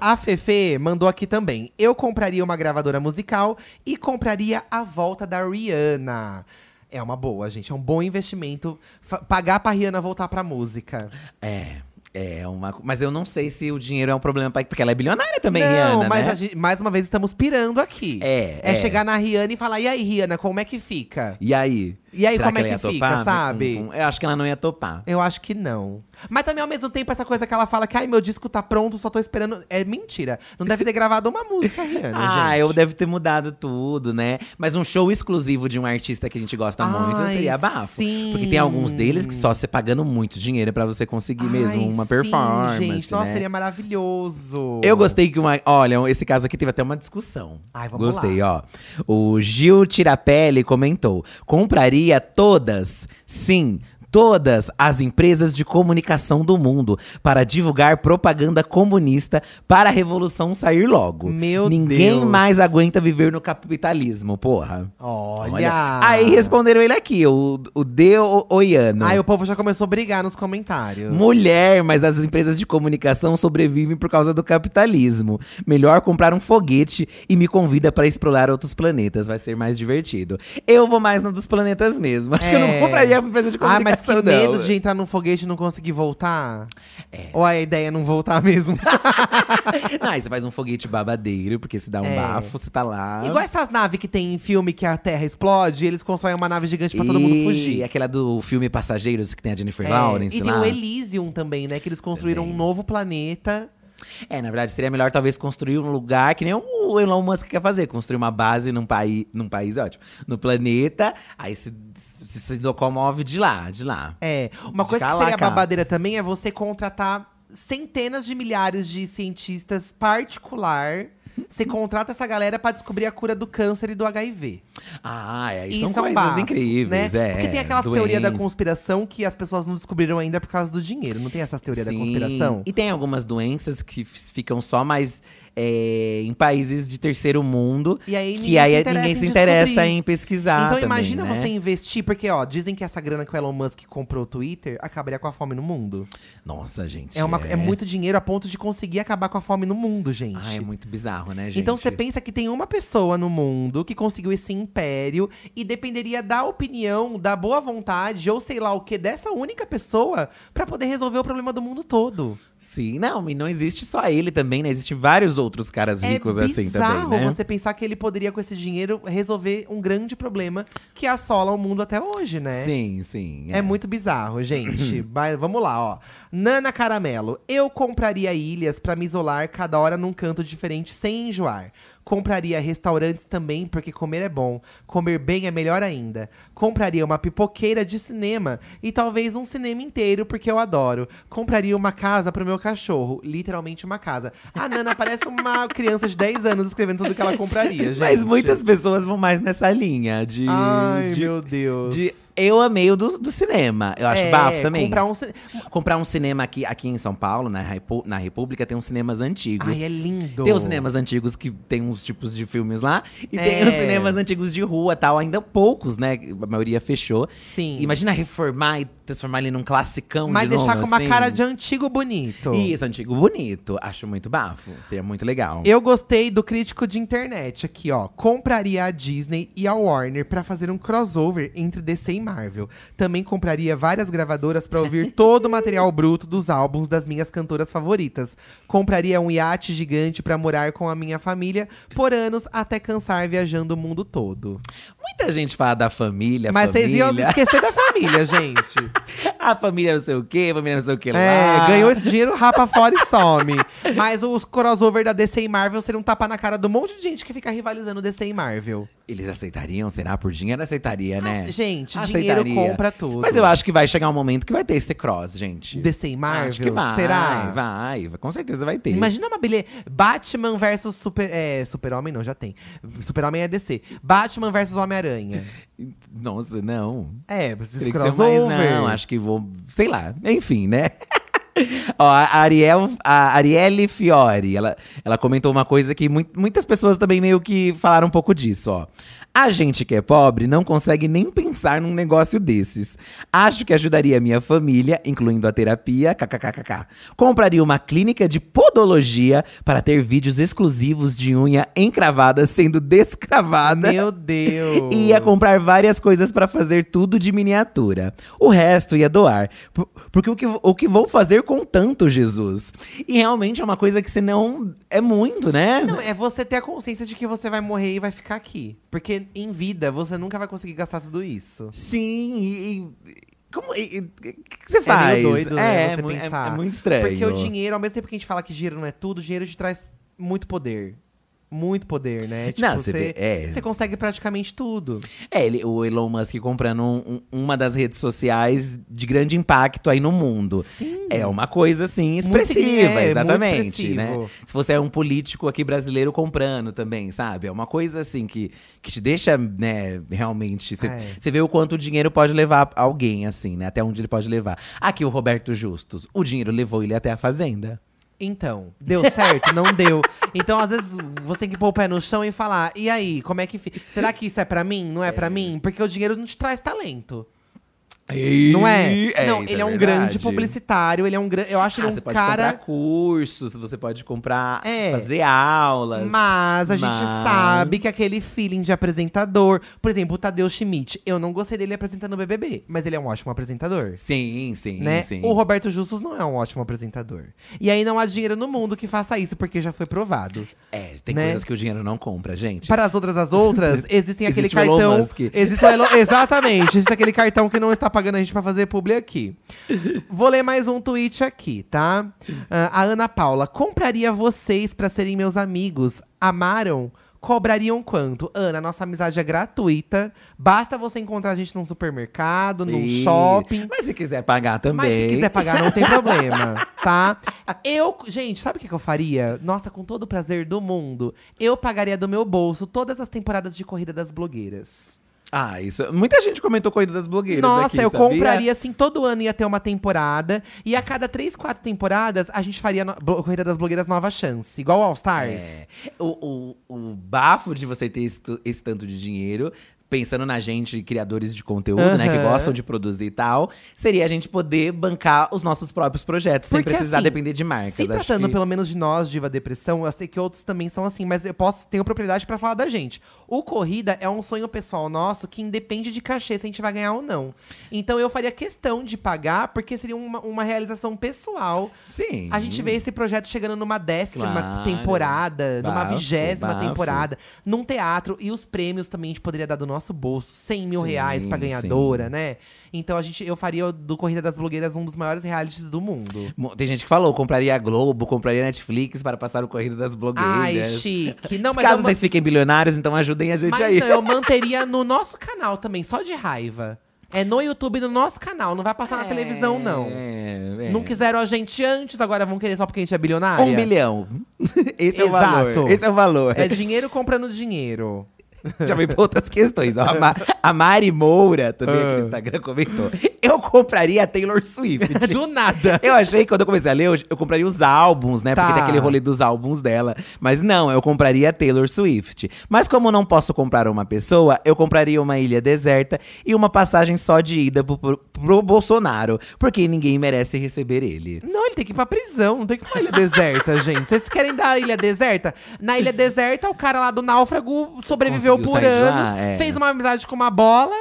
S1: a Fefe mandou aqui também. Eu compraria uma gravadora musical e compraria a volta da Rihanna. É uma boa, gente. É um bom investimento fa- pagar pra Rihanna voltar pra música.
S2: (laughs) É. É uma. co- Mas eu não sei se o dinheiro é um problema pra. Porque ela é bilionária também,
S1: Não,
S2: Rihanna.
S1: mas
S2: né?
S1: a gente- mais uma vez estamos pirando aqui.
S2: É,
S1: É,
S2: é.
S1: chegar na Rihanna e falar: e aí, Rihanna, como é que fica?
S2: E aí?
S1: E aí, como é
S2: ela
S1: que
S2: ia
S1: fica, sabe?
S2: Hum, hum. eu acho que ela não ia topar.
S1: Eu acho que não. Mas também, ao mesmo tempo, essa coisa que ela fala que ai, meu disco tá pronto, só tô esperando. É mentira. Não deve ter gravado uma
S2: (laughs)
S1: música, Rihanna.
S2: Ah,
S1: É, né, gente.
S2: eu deve ter mudado tudo, né? Mas um show exclusivo de um artista que a gente gosta muito
S1: Ai,
S2: seria bafo.
S1: sim.
S2: Porque tem alguns deles que só você pagando muito dinheiro pra você conseguir mesmo
S1: Ai,
S2: uma
S1: sim,
S2: performance.
S1: Gente, nossa,
S2: né?
S1: seria maravilhoso.
S2: Eu gostei que uma. Olha, esse caso aqui teve até uma discussão.
S1: Ai, Ah, vamos
S2: gostei, ó. O Gil Tirapelli comentou: compraria todas, sim. Todas as empresas de comunicação do mundo para divulgar propaganda comunista para a revolução sair logo.
S1: Meu
S2: Ninguém
S1: Deus.
S2: mais aguenta viver no capitalismo, porra.
S1: Olha.
S2: Aí responderam ele aqui, o, o De O- Oiano.
S1: Aí o povo já começou a brigar nos comentários.
S2: Mulher, mas as empresas de comunicação sobrevivem por causa do capitalismo. Melhor comprar um foguete e me convida pra explorar outros planetas, vai ser mais divertido. Eu vou mais no dos planetas mesmo. Acho que eu não
S1: É.
S2: compraria uma empresa de
S1: Ah, mas que
S2: comunicação, não.
S1: medo de entrar num foguete e não conseguir voltar. Ou a ideia é não voltar
S2: (laughs)
S1: mesmo.
S2: (laughs) Não, aí você faz um foguete babadeiro, porque se dá um
S1: É.
S2: bafo, você tá lá.
S1: Igual essas naves que tem em filme que a Terra explode, eles constroem uma nave gigante pra todo mundo
S2: E
S1: fugir.
S2: Aquela do filme Passageiros, que tem a Jennifer
S1: É,
S2: Lawrence
S1: e tem
S2: lá.
S1: o Elysium também, né? Que eles construíram um novo planeta.
S2: É, na verdade, seria melhor talvez construir um lugar que nem o Elon Musk quer fazer. Construir uma base num, paí num país, é ótimo, no planeta, aí se, se, se locomove de lá, de lá.
S1: É. Uma
S2: De
S1: coisa
S2: cá
S1: que
S2: lá
S1: seria
S2: cá.
S1: babadeira também é você contratar centenas de milhares de cientistas particular. Você contrata essa galera pra descobrir a cura do câncer e do HIV.
S2: Ah, é, aí
S1: E
S2: são
S1: isso é um
S2: coisas
S1: bafo,
S2: incríveis,
S1: né?
S2: é.
S1: Porque tem aquela
S2: doenças.
S1: teoria da conspiração que as pessoas não descobriram ainda por causa do dinheiro. Não tem essas teorias da
S2: Sim.
S1: conspiração?
S2: E tem algumas doenças que f- ficam só mais é, em países de terceiro mundo.
S1: E aí
S2: que
S1: ninguém
S2: aí
S1: se
S2: é-
S1: interessa
S2: ninguém
S1: em
S2: se interessa
S1: descobrir.
S2: em pesquisar.
S1: Então
S2: também,
S1: imagina
S2: né?
S1: você investir, porque ó, dizem que essa grana que o Elon Musk comprou o Twitter acabaria com a fome no mundo.
S2: Nossa, gente.
S1: É, uma, é. muito dinheiro a ponto de conseguir acabar com a fome no mundo, gente.
S2: Ah, é muito bizarro, né, gente?
S1: Então você pensa que tem uma pessoa no mundo que conseguiu esse império e dependeria da opinião, da boa vontade ou sei lá o que dessa única pessoa pra poder resolver o problema do mundo todo.
S2: Sim, não, e não existe só ele também, né? Existem vários outros caras ricos
S1: é
S2: assim
S1: bizarro
S2: também, né?
S1: você pensar que ele poderia com esse dinheiro resolver um grande problema que assola o mundo até hoje, né?
S2: Sim, sim.
S1: É muito bizarro,
S2: (clears throat)
S1: gente. Mas vamos lá, ó. Nana Caramelo. Eu compraria ilhas pra me isolar cada hora num canto diferente sem enjoar. Compraria restaurantes também, porque comer é bom. Comer bem é melhor ainda. Compraria uma pipoqueira de cinema e talvez um cinema inteiro, porque eu adoro. Compraria uma casa pro meu cachorro. Literalmente uma casa. A Nana parece
S2: (laughs)
S1: uma criança de 10 anos escrevendo tudo que ela compraria, gente.
S2: Mas muitas pessoas vão mais nessa linha de.
S1: Ai,
S2: de,
S1: meu Deus.
S2: de- eu amei o do, do cinema. Eu acho
S1: É,
S2: bafo também.
S1: Comprar um cin-
S2: Comprar um cinema aqui, aqui em São Paulo, na, Repu- na República, tem um uns cinemas antigos.
S1: Ai, é lindo.
S2: Tem os cinemas antigos que tem uns alguns tipos de filmes lá. E tem
S1: É.
S2: os cinemas antigos de rua tal, ainda poucos, né? A maioria fechou.
S1: Sim.
S2: Imagina reformar e transformar ele num classicão
S1: Mas
S2: de novo,
S1: deixar com uma
S2: assim.
S1: cara de antigo bonito.
S2: Isso, antigo bonito. Acho muito bafo. Seria muito legal.
S1: Eu gostei do crítico de internet aqui, ó. Compraria a Disney e a Warner pra fazer um crossover entre DC e Marvel. Também compraria várias gravadoras pra
S2: (laughs)
S1: ouvir todo o material bruto dos álbuns das minhas cantoras favoritas. Compraria um iate gigante pra morar com a minha família por anos até cansar viajando o mundo todo.
S2: Muita gente fala da família,
S1: Mas vocês
S2: família.
S1: iam esquecer da
S2: (laughs)
S1: família, gente.
S2: A família não sei o quê, a família não sei o quê lá.
S1: É, ganhou esse dinheiro, rapa fora e
S2: (laughs)
S1: some. Mas os crossover da DC e Marvel seria um tapa na cara do monte de gente que fica rivalizando DC e Marvel.
S2: Eles aceitariam, será? Por dinheiro aceitaria, né?
S1: Mas, gente,
S2: Aceitaria.
S1: dinheiro compra tudo.
S2: Mas eu acho que vai chegar um momento que vai ter esse cross, gente.
S1: DC e Marvel?
S2: Acho que vai.
S1: Será?
S2: Vai, vai, com certeza vai ter.
S1: Imagina uma bilhete. Batman versus Super. É, Super-Homem não, já tem. Super-Homem é DC. Batman versus Homem-Aranha.
S2: Nossa, não.
S1: É, esses
S2: Teria que ser
S1: crossover.
S2: mais, não, acho que vou. Sei lá, enfim, né? (laughs) Ó, a Ariel, a Arielle Fiore, ela, ela comentou uma coisa que mui- muitas pessoas também meio que falaram um pouco disso, ó. A gente que é pobre não consegue nem pensar num negócio desses. Acho que ajudaria a minha família, incluindo a terapia, kkkk. Compraria uma clínica de podologia para ter vídeos exclusivos de unha encravada sendo descravada.
S1: Meu Deus.
S2: E ia comprar várias coisas pra fazer tudo de miniatura. O resto ia doar. Por- Porque o que, o que vou fazer com tanto, Jesus? E realmente é uma coisa que senão é muito, né?
S1: Não, é você ter a consciência de que você vai morrer e vai ficar aqui. Porque em vida você nunca vai conseguir gastar tudo isso.
S2: Sim, e. e- como, e- e- que que você
S1: É
S2: faz?
S1: meio doido, né,
S2: é,
S1: você
S2: mu- é-
S1: pensar.
S2: é muito estranho.
S1: Porque o dinheiro, ao mesmo tempo que a gente fala que dinheiro não é tudo, o dinheiro te traz muito poder. Muito poder, né?
S2: Não, você vê- é.
S1: você consegue praticamente tudo.
S2: É, ele- o Elon Musk comprando um- um- uma das redes sociais de grande impacto aí no mundo.
S1: Sim.
S2: É uma coisa, assim,
S1: Muito
S2: expressiva,
S1: signi- é,
S2: exatamente,
S1: muito expressivo.
S2: né? Se você é um político aqui brasileiro comprando também, sabe? É uma coisa, assim, que, que te deixa, né, realmente… Você
S1: É.
S2: você vê o quanto o dinheiro pode levar alguém, assim, né? Até onde ele pode levar. Aqui, o Roberto Justus, o dinheiro levou ele até a fazenda.
S1: Então, deu certo? não (laughs) deu. Então, às vezes, você tem que pôr o pé no chão e falar: e aí, como é que fica? Será que isso é pra mim? Não é, pra mim? Porque o dinheiro não te traz talento. Não é? não,
S2: isso
S1: ele é, um
S2: verdade.
S1: grande publicitário, ele é um grande. Eu acho
S2: Ah,
S1: ele
S2: você
S1: um
S2: pode
S1: cara.
S2: comprar cursos, você pode comprar,
S1: É.
S2: fazer aulas.
S1: Mas a gente
S2: Mas-
S1: sabe que aquele feeling de apresentador. Por exemplo, o Tadeu Schmidt. Eu não gostei dele apresentando o BBB, mas ele é um ótimo apresentador.
S2: Sim, sim,
S1: né?
S2: sim.
S1: O Roberto Justus não é um ótimo apresentador. E aí não há dinheiro no mundo que faça isso, porque já foi provado.
S2: É, tem
S1: né?
S2: coisas que o dinheiro não compra, gente.
S1: Para as outras, as
S2: (laughs)
S1: outras, existem aquele
S2: Existe o Elon
S1: cartão.
S2: Musk.
S1: Existe o Elon, exatamente, existe aquele cartão que não está pagando a gente para fazer publi aqui. Vou ler mais um tweet aqui, tá? Ah, a Ana Paula, compraria vocês para serem meus amigos? Amaram? Cobrariam quanto? Ana, nossa amizade é gratuita. Basta você encontrar a gente num supermercado, num
S2: E-
S1: shopping.
S2: Mas se quiser pagar também.
S1: Mas se quiser pagar, não tem problema,
S2: (laughs)
S1: tá? Eu, gente, sabe o que que eu faria? Nossa, com todo o prazer do mundo, eu pagaria do meu bolso todas as temporadas de Corrida das Blogueiras.
S2: Ah, isso. Muita gente comentou coisa das blogueiras.
S1: Nossa,
S2: aqui,
S1: eu
S2: sabia?
S1: compraria assim, todo ano ia ter uma temporada. E a cada três, quatro temporadas, a gente faria no- Blo- Corrida das Blogueiras Nova Chance, igual All Stars.
S2: É. O, o, o bafo de você ter esse, tu- esse tanto de dinheiro, pensando na gente, criadores de conteúdo, né? Que
S1: Aham.
S2: gostam de produzir e tal, seria a gente poder bancar os nossos próprios projetos, sem
S1: Porque,
S2: precisar
S1: assim,
S2: depender de marcas.
S1: Se
S2: É, Acho
S1: tratando
S2: que-
S1: pelo menos de nós, Diva Depressão, eu sei que outros também são assim, mas eu posso tenho propriedade pra falar da gente. O Corrida é um sonho pessoal nosso que independe de cachê se a gente vai ganhar ou não. Então eu faria questão de pagar, porque seria uma, uma realização pessoal.
S2: Sim.
S1: A gente vê esse projeto chegando numa décima
S2: Claro.
S1: temporada, numa
S2: Bafo,
S1: vigésima
S2: bafo.
S1: temporada, num teatro. E os prêmios também a gente poderia dar do nosso bolso, 100 mil
S2: Sim,
S1: reais pra
S2: sim.
S1: ganhadora, né? Então a gente, eu faria do Corrida das Blogueiras um dos maiores realities do mundo.
S2: Mo- Tem gente que falou, compraria a Globo, compraria a Netflix para passar o corrido das
S1: Ai,
S2: blogueiras.
S1: chique. Não, mas,
S2: né? Caso
S1: eu, ma-
S2: vocês fiquem bilionários, então ajudem a gente
S1: mas
S2: aí.
S1: não, eu manteria no nosso canal também, só de raiva. É no YouTube, no nosso canal. Não vai passar na televisão, não.
S2: É, é.
S1: Não quiseram a gente antes, agora vão querer só porque a gente é
S2: Um
S1: bilionário.
S2: bilhão. (laughs) Esse é o
S1: Exato.
S2: valor. Esse é o valor. (laughs)
S1: É dinheiro comprando dinheiro.
S2: Já vem pra outras questões. ó. A, Ma- a Mari Moura, também aqui
S1: Ah.
S2: no Instagram, comentou. Eu compraria a Taylor Swift.
S1: Do nada.
S2: Eu achei que quando eu comecei a ler, eu, eu compraria os álbuns, né?
S1: Tá.
S2: Porque tem aquele rolê dos álbuns dela. Mas não, eu compraria a Taylor Swift. Mas como não posso comprar uma pessoa, eu compraria uma ilha deserta e uma passagem só de ida pro, pro- pro Bolsonaro. Porque ninguém merece receber ele.
S1: Não, ele tem que ir pra prisão, não tem que ir pra ilha deserta, (laughs) gente. Vocês querem dar a ilha deserta? Na ilha deserta, o cara lá do náufrago sobreviveu
S2: Conseguiu
S1: por
S2: sair de lá,
S1: anos,
S2: é.
S1: fez uma amizade com uma bola.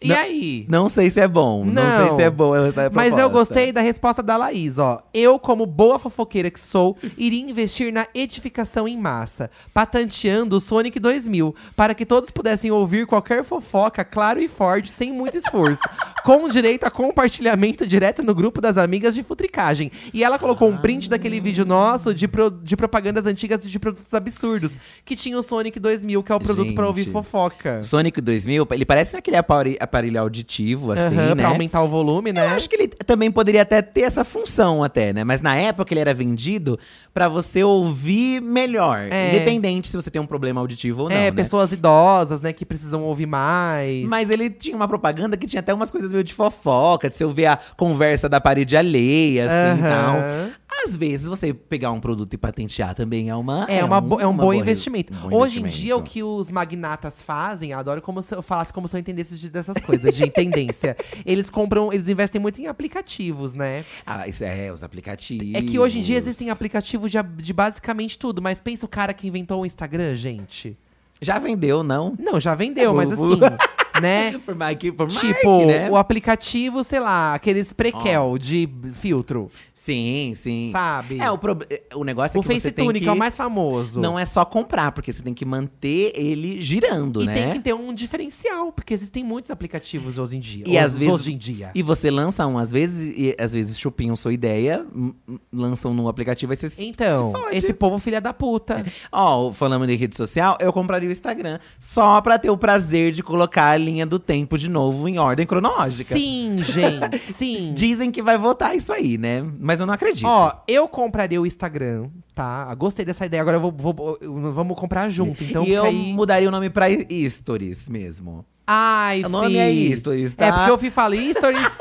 S1: E aí?
S2: Não sei se é bom. Não, sei se é bom. essa
S1: Mas eu
S2: proposta. é.
S1: gostei da resposta da Laís, ó. Eu, como boa fofoqueira que sou, iria investir na edificação em massa, patenteando o Sonic 2000, para que todos pudessem ouvir qualquer fofoca, claro e forte, sem muito
S2: (laughs)
S1: esforço, com direito a compartilhamento direto no grupo das amigas de futricagem. E ela colocou um
S2: Ah.
S1: print daquele vídeo nosso de, pro- de propagandas antigas e de produtos absurdos, que tinha o Sonic 2000, que é o produto para ouvir
S2: Gente.
S1: fofoca.
S2: Sonic 2000, ele parece aquele apare- aparelho auditivo, assim,
S1: Aham,
S2: né?
S1: Pra aumentar o volume, né?
S2: Eu acho que ele também poderia até ter essa função até, né? Mas na época ele era vendido pra você ouvir melhor,
S1: É.
S2: independente se você tem um problema auditivo ou não,
S1: é,
S2: né?
S1: pessoas idosas, né, que precisam ouvir mais.
S2: Mas ele tinha uma propaganda que tinha até umas coisas meio de fofoca, de você ouvir a conversa da parede alheia, assim, e tal.
S1: Aham.
S2: Às vezes, você pegar um produto e patentear também é uma…
S1: É, uma bo- é um bom
S2: boa-
S1: investimento.
S2: um bom
S1: Hoje em
S2: investimento.
S1: dia, é o que os magnatas fazem, eu adoro como se eu falasse como se eu entendesse de- dessas coisas, de
S2: (laughs)
S1: tendência. Eles compram, eles investem muito em aplicativos, né?
S2: Ah, isso é, os aplicativos.
S1: É que hoje em dia existem aplicativos de, a- de basicamente tudo, mas pensa o cara que inventou o Instagram, gente.
S2: Já vendeu, não?
S1: Não, já vendeu, mas
S2: Vou-
S1: assim,
S2: (laughs)
S1: né?
S2: Por mais que, por mais
S1: Tipo,
S2: que, né?
S1: o aplicativo, sei lá, aqueles prequel de filtro,
S2: Sim, sim.
S1: sabe?
S2: É, o, prob- o negócio é
S1: o
S2: que você tem
S1: FaceTune,
S2: que…
S1: que é o mais famoso.
S2: Não é só comprar, porque você tem que manter ele girando,
S1: E
S2: né?
S1: tem que ter um diferencial, porque existem muitos aplicativos hoje em dia.
S2: E
S1: hoje,
S2: às vezes-
S1: hoje em dia.
S2: E você lança um, às vezes, e às vezes chupinham sua ideia, m- m- lançam no aplicativo, aí você se-
S1: Então,
S2: se fode. É
S1: esse povo filha da puta.
S2: Ó, falando de rede social, eu compraria o Instagram só pra ter o prazer de colocar a linha do tempo de novo em ordem cronológica.
S1: Sim,
S2: (laughs)
S1: gente, sim.
S2: Dizem que vai votar isso aí, né? Mas eu não acredito.
S1: Ó, eu compraria o Instagram, tá? Gostei dessa ideia. Agora eu vou, vou- eu- vamos comprar junto. Então,
S2: e eu
S1: porque aí-
S2: mudaria o nome pra Stories mesmo.
S1: Ai,
S2: O nome
S1: fi.
S2: é Stories, tá?
S1: É porque eu fui falar
S2: (laughs)
S1: stories.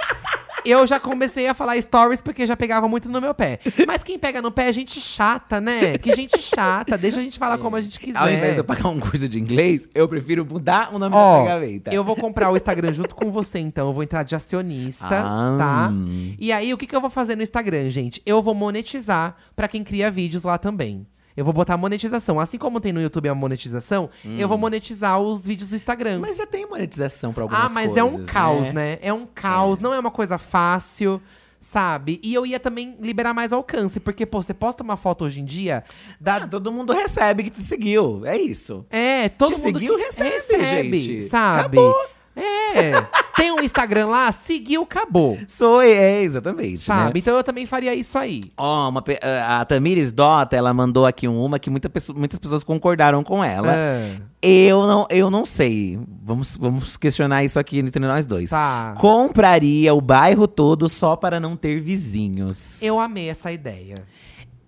S1: eu já comecei a falar stories porque já pegava muito no meu pé. Mas quem pega no pé é gente chata, né? Que gente chata. Deixa a gente
S2: (laughs)
S1: falar como a gente quiser.
S2: É. Ao invés de eu pagar um curso de inglês, eu prefiro mudar o nome
S1: Ó,
S2: da gaveta.
S1: eu vou comprar o Instagram junto com você, então. Eu vou entrar de acionista,
S2: Ah.
S1: tá? E aí, o que, que eu vou fazer no Instagram, gente? Eu vou monetizar pra quem cria vídeos lá também. Eu vou botar monetização. Assim como tem no YouTube a monetização, eu vou monetizar os vídeos do Instagram.
S2: Hum. Mas já tem monetização pra algumas
S1: ah,
S2: coisas,
S1: mas é um caos, né? É um caos, não é uma coisa fácil. Sabe? E eu ia também liberar mais alcance, porque, pô, você posta uma foto hoje em dia, dá
S2: Ah, todo mundo recebe que te seguiu, é isso.
S1: É, todo
S2: Te
S1: mundo
S2: seguiu,
S1: que
S2: recebe, gente.
S1: sabe?
S2: Acabou.
S1: É. Tem um Instagram lá, seguiu, acabou.
S2: Sou, é, exatamente,
S1: Sabe?
S2: né?
S1: Então eu também faria isso aí.
S2: Ó, uma pe- a a Tamires Dota, ela mandou aqui um, uma que muita pessoa- muitas pessoas concordaram com ela. é
S1: Ah,
S2: Eu não, eu não sei. Vamos, vamos questionar isso aqui entre nós dois.
S1: tá.
S2: Compraria o bairro todo só para não ter vizinhos.
S1: Eu amei essa ideia.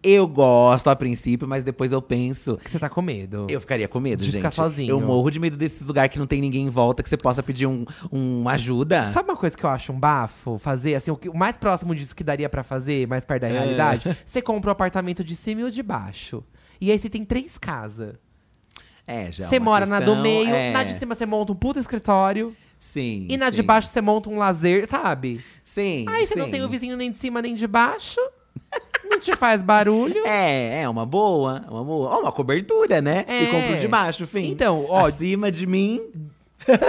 S2: eu gosto a princípio, mas depois eu penso.
S1: Que você tá com medo.
S2: Eu ficaria com medo,
S1: De
S2: gente.
S1: ficar sozinho.
S2: Eu morro de medo desses lugares que não tem ninguém em volta, que você possa pedir um, um ajuda.
S1: Sabe uma coisa que eu acho um bafo? Fazer, assim, o, que- o mais próximo disso que daria pra fazer, mais perto da
S2: É.
S1: realidade, você compra um apartamento de cima e o de baixo. E aí você tem três casas.
S2: É, já. é
S1: Você
S2: uma
S1: mora na do
S2: questão,
S1: meio,
S2: é.
S1: na de cima você monta um puta escritório.
S2: Sim.
S1: E na de
S2: sim.
S1: baixo você monta um lazer, sabe?
S2: Sim.
S1: Aí você não
S2: sim.
S1: tem o vizinho nem de cima nem de baixo. (laughs) não te faz barulho.
S2: É, é uma boa, uma boa. Ó, uma cobertura, né?
S1: É.
S2: E compro de baixo, fim.
S1: Então, ó-
S2: Acima de mim.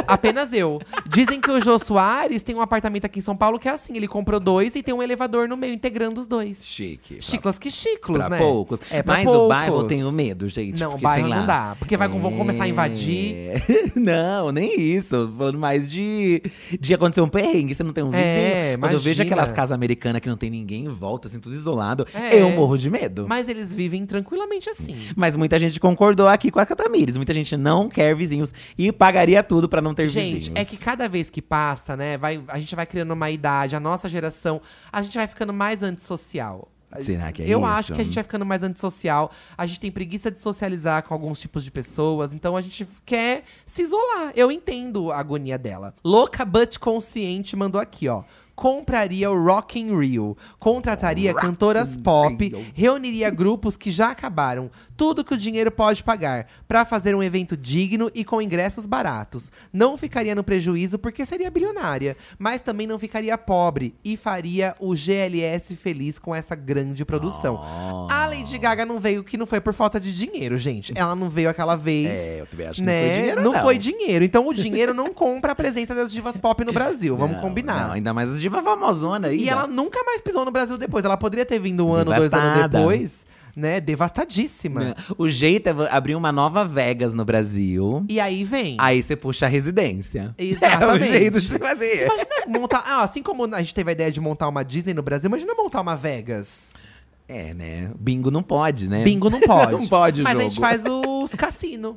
S1: Apenas eu. Dizem que o Jô Soares tem um apartamento aqui em São Paulo que é assim: ele comprou dois e tem um elevador no meio, integrando os dois.
S2: Chique. pra-
S1: Chiclas que chiclos,
S2: Pra
S1: né?
S2: poucos.
S1: É, pra
S2: Mas
S1: poucos.
S2: o bairro eu tenho medo, gente.
S1: Não, o
S2: porque,
S1: bairro
S2: sei lá,
S1: não dá. Porque vai, vão começar a invadir.
S2: É. (laughs) Não, nem isso. Eu tô Falando mais de, de acontecer um perrengue, você não tem um vizinho.
S1: É,
S2: Quando eu vejo
S1: imagina.
S2: aquelas casas americanas que não tem ninguém em volta, assim, tudo isolado,
S1: É.
S2: eu morro de medo. Mas...
S1: Mas eles vivem tranquilamente assim.
S2: muita gente concordou aqui com a Catamires. Muita gente não quer vizinhos e pagaria tudo pra não ter vizinhos.
S1: Gente, é que cada vez que passa, né, vai, a gente vai criando uma idade, a nossa geração, a gente vai ficando mais antissocial.
S2: Será que é
S1: eu
S2: isso?
S1: acho que a gente vai ficando mais antissocial. A gente tem preguiça de socializar com alguns tipos de pessoas. Então a gente quer se isolar. Eu entendo a agonia dela. Louca But Consciente mandou aqui, ó. Compraria o Rock in Rio, contrataria cantoras pop, reuniria grupos que já acabaram, tudo que o dinheiro pode pagar, pra fazer um evento digno e com ingressos baratos. Não ficaria no prejuízo porque seria bilionária, mas também não ficaria pobre e faria o GLS feliz com essa grande produção.
S2: Ah.
S1: A Lady Gaga não veio que não foi por falta de dinheiro, gente. Ela não veio aquela vez.
S2: É, eu também acho que não
S1: né?
S2: foi dinheiro,
S1: Não
S2: não.
S1: foi dinheiro. Então o dinheiro não compra a presença das divas pop no Brasil. Vamos
S2: Não,
S1: combinar.
S2: não, ainda mais a diva famosona aí. né?
S1: E ela nunca mais pisou no Brasil depois. Ela poderia ter vindo um ano, dois
S2: Devastada.
S1: anos depois, né? Devastadíssima.
S2: Né? O jeito é vo- abrir uma nova Vegas no Brasil.
S1: E aí vem.
S2: Aí você puxa a residência. (laughs)
S1: Exatamente.
S2: É o jeito de se fazer.
S1: Imagina montar. Ah, assim como a gente teve a ideia de montar uma Disney no Brasil, imagina montar uma Vegas.
S2: É, né? Bingo não pode, né?
S1: Bingo não pode.
S2: (laughs) Não pode o
S1: Mas a
S2: jogo.
S1: gente faz os
S2: (laughs)
S1: cassinos.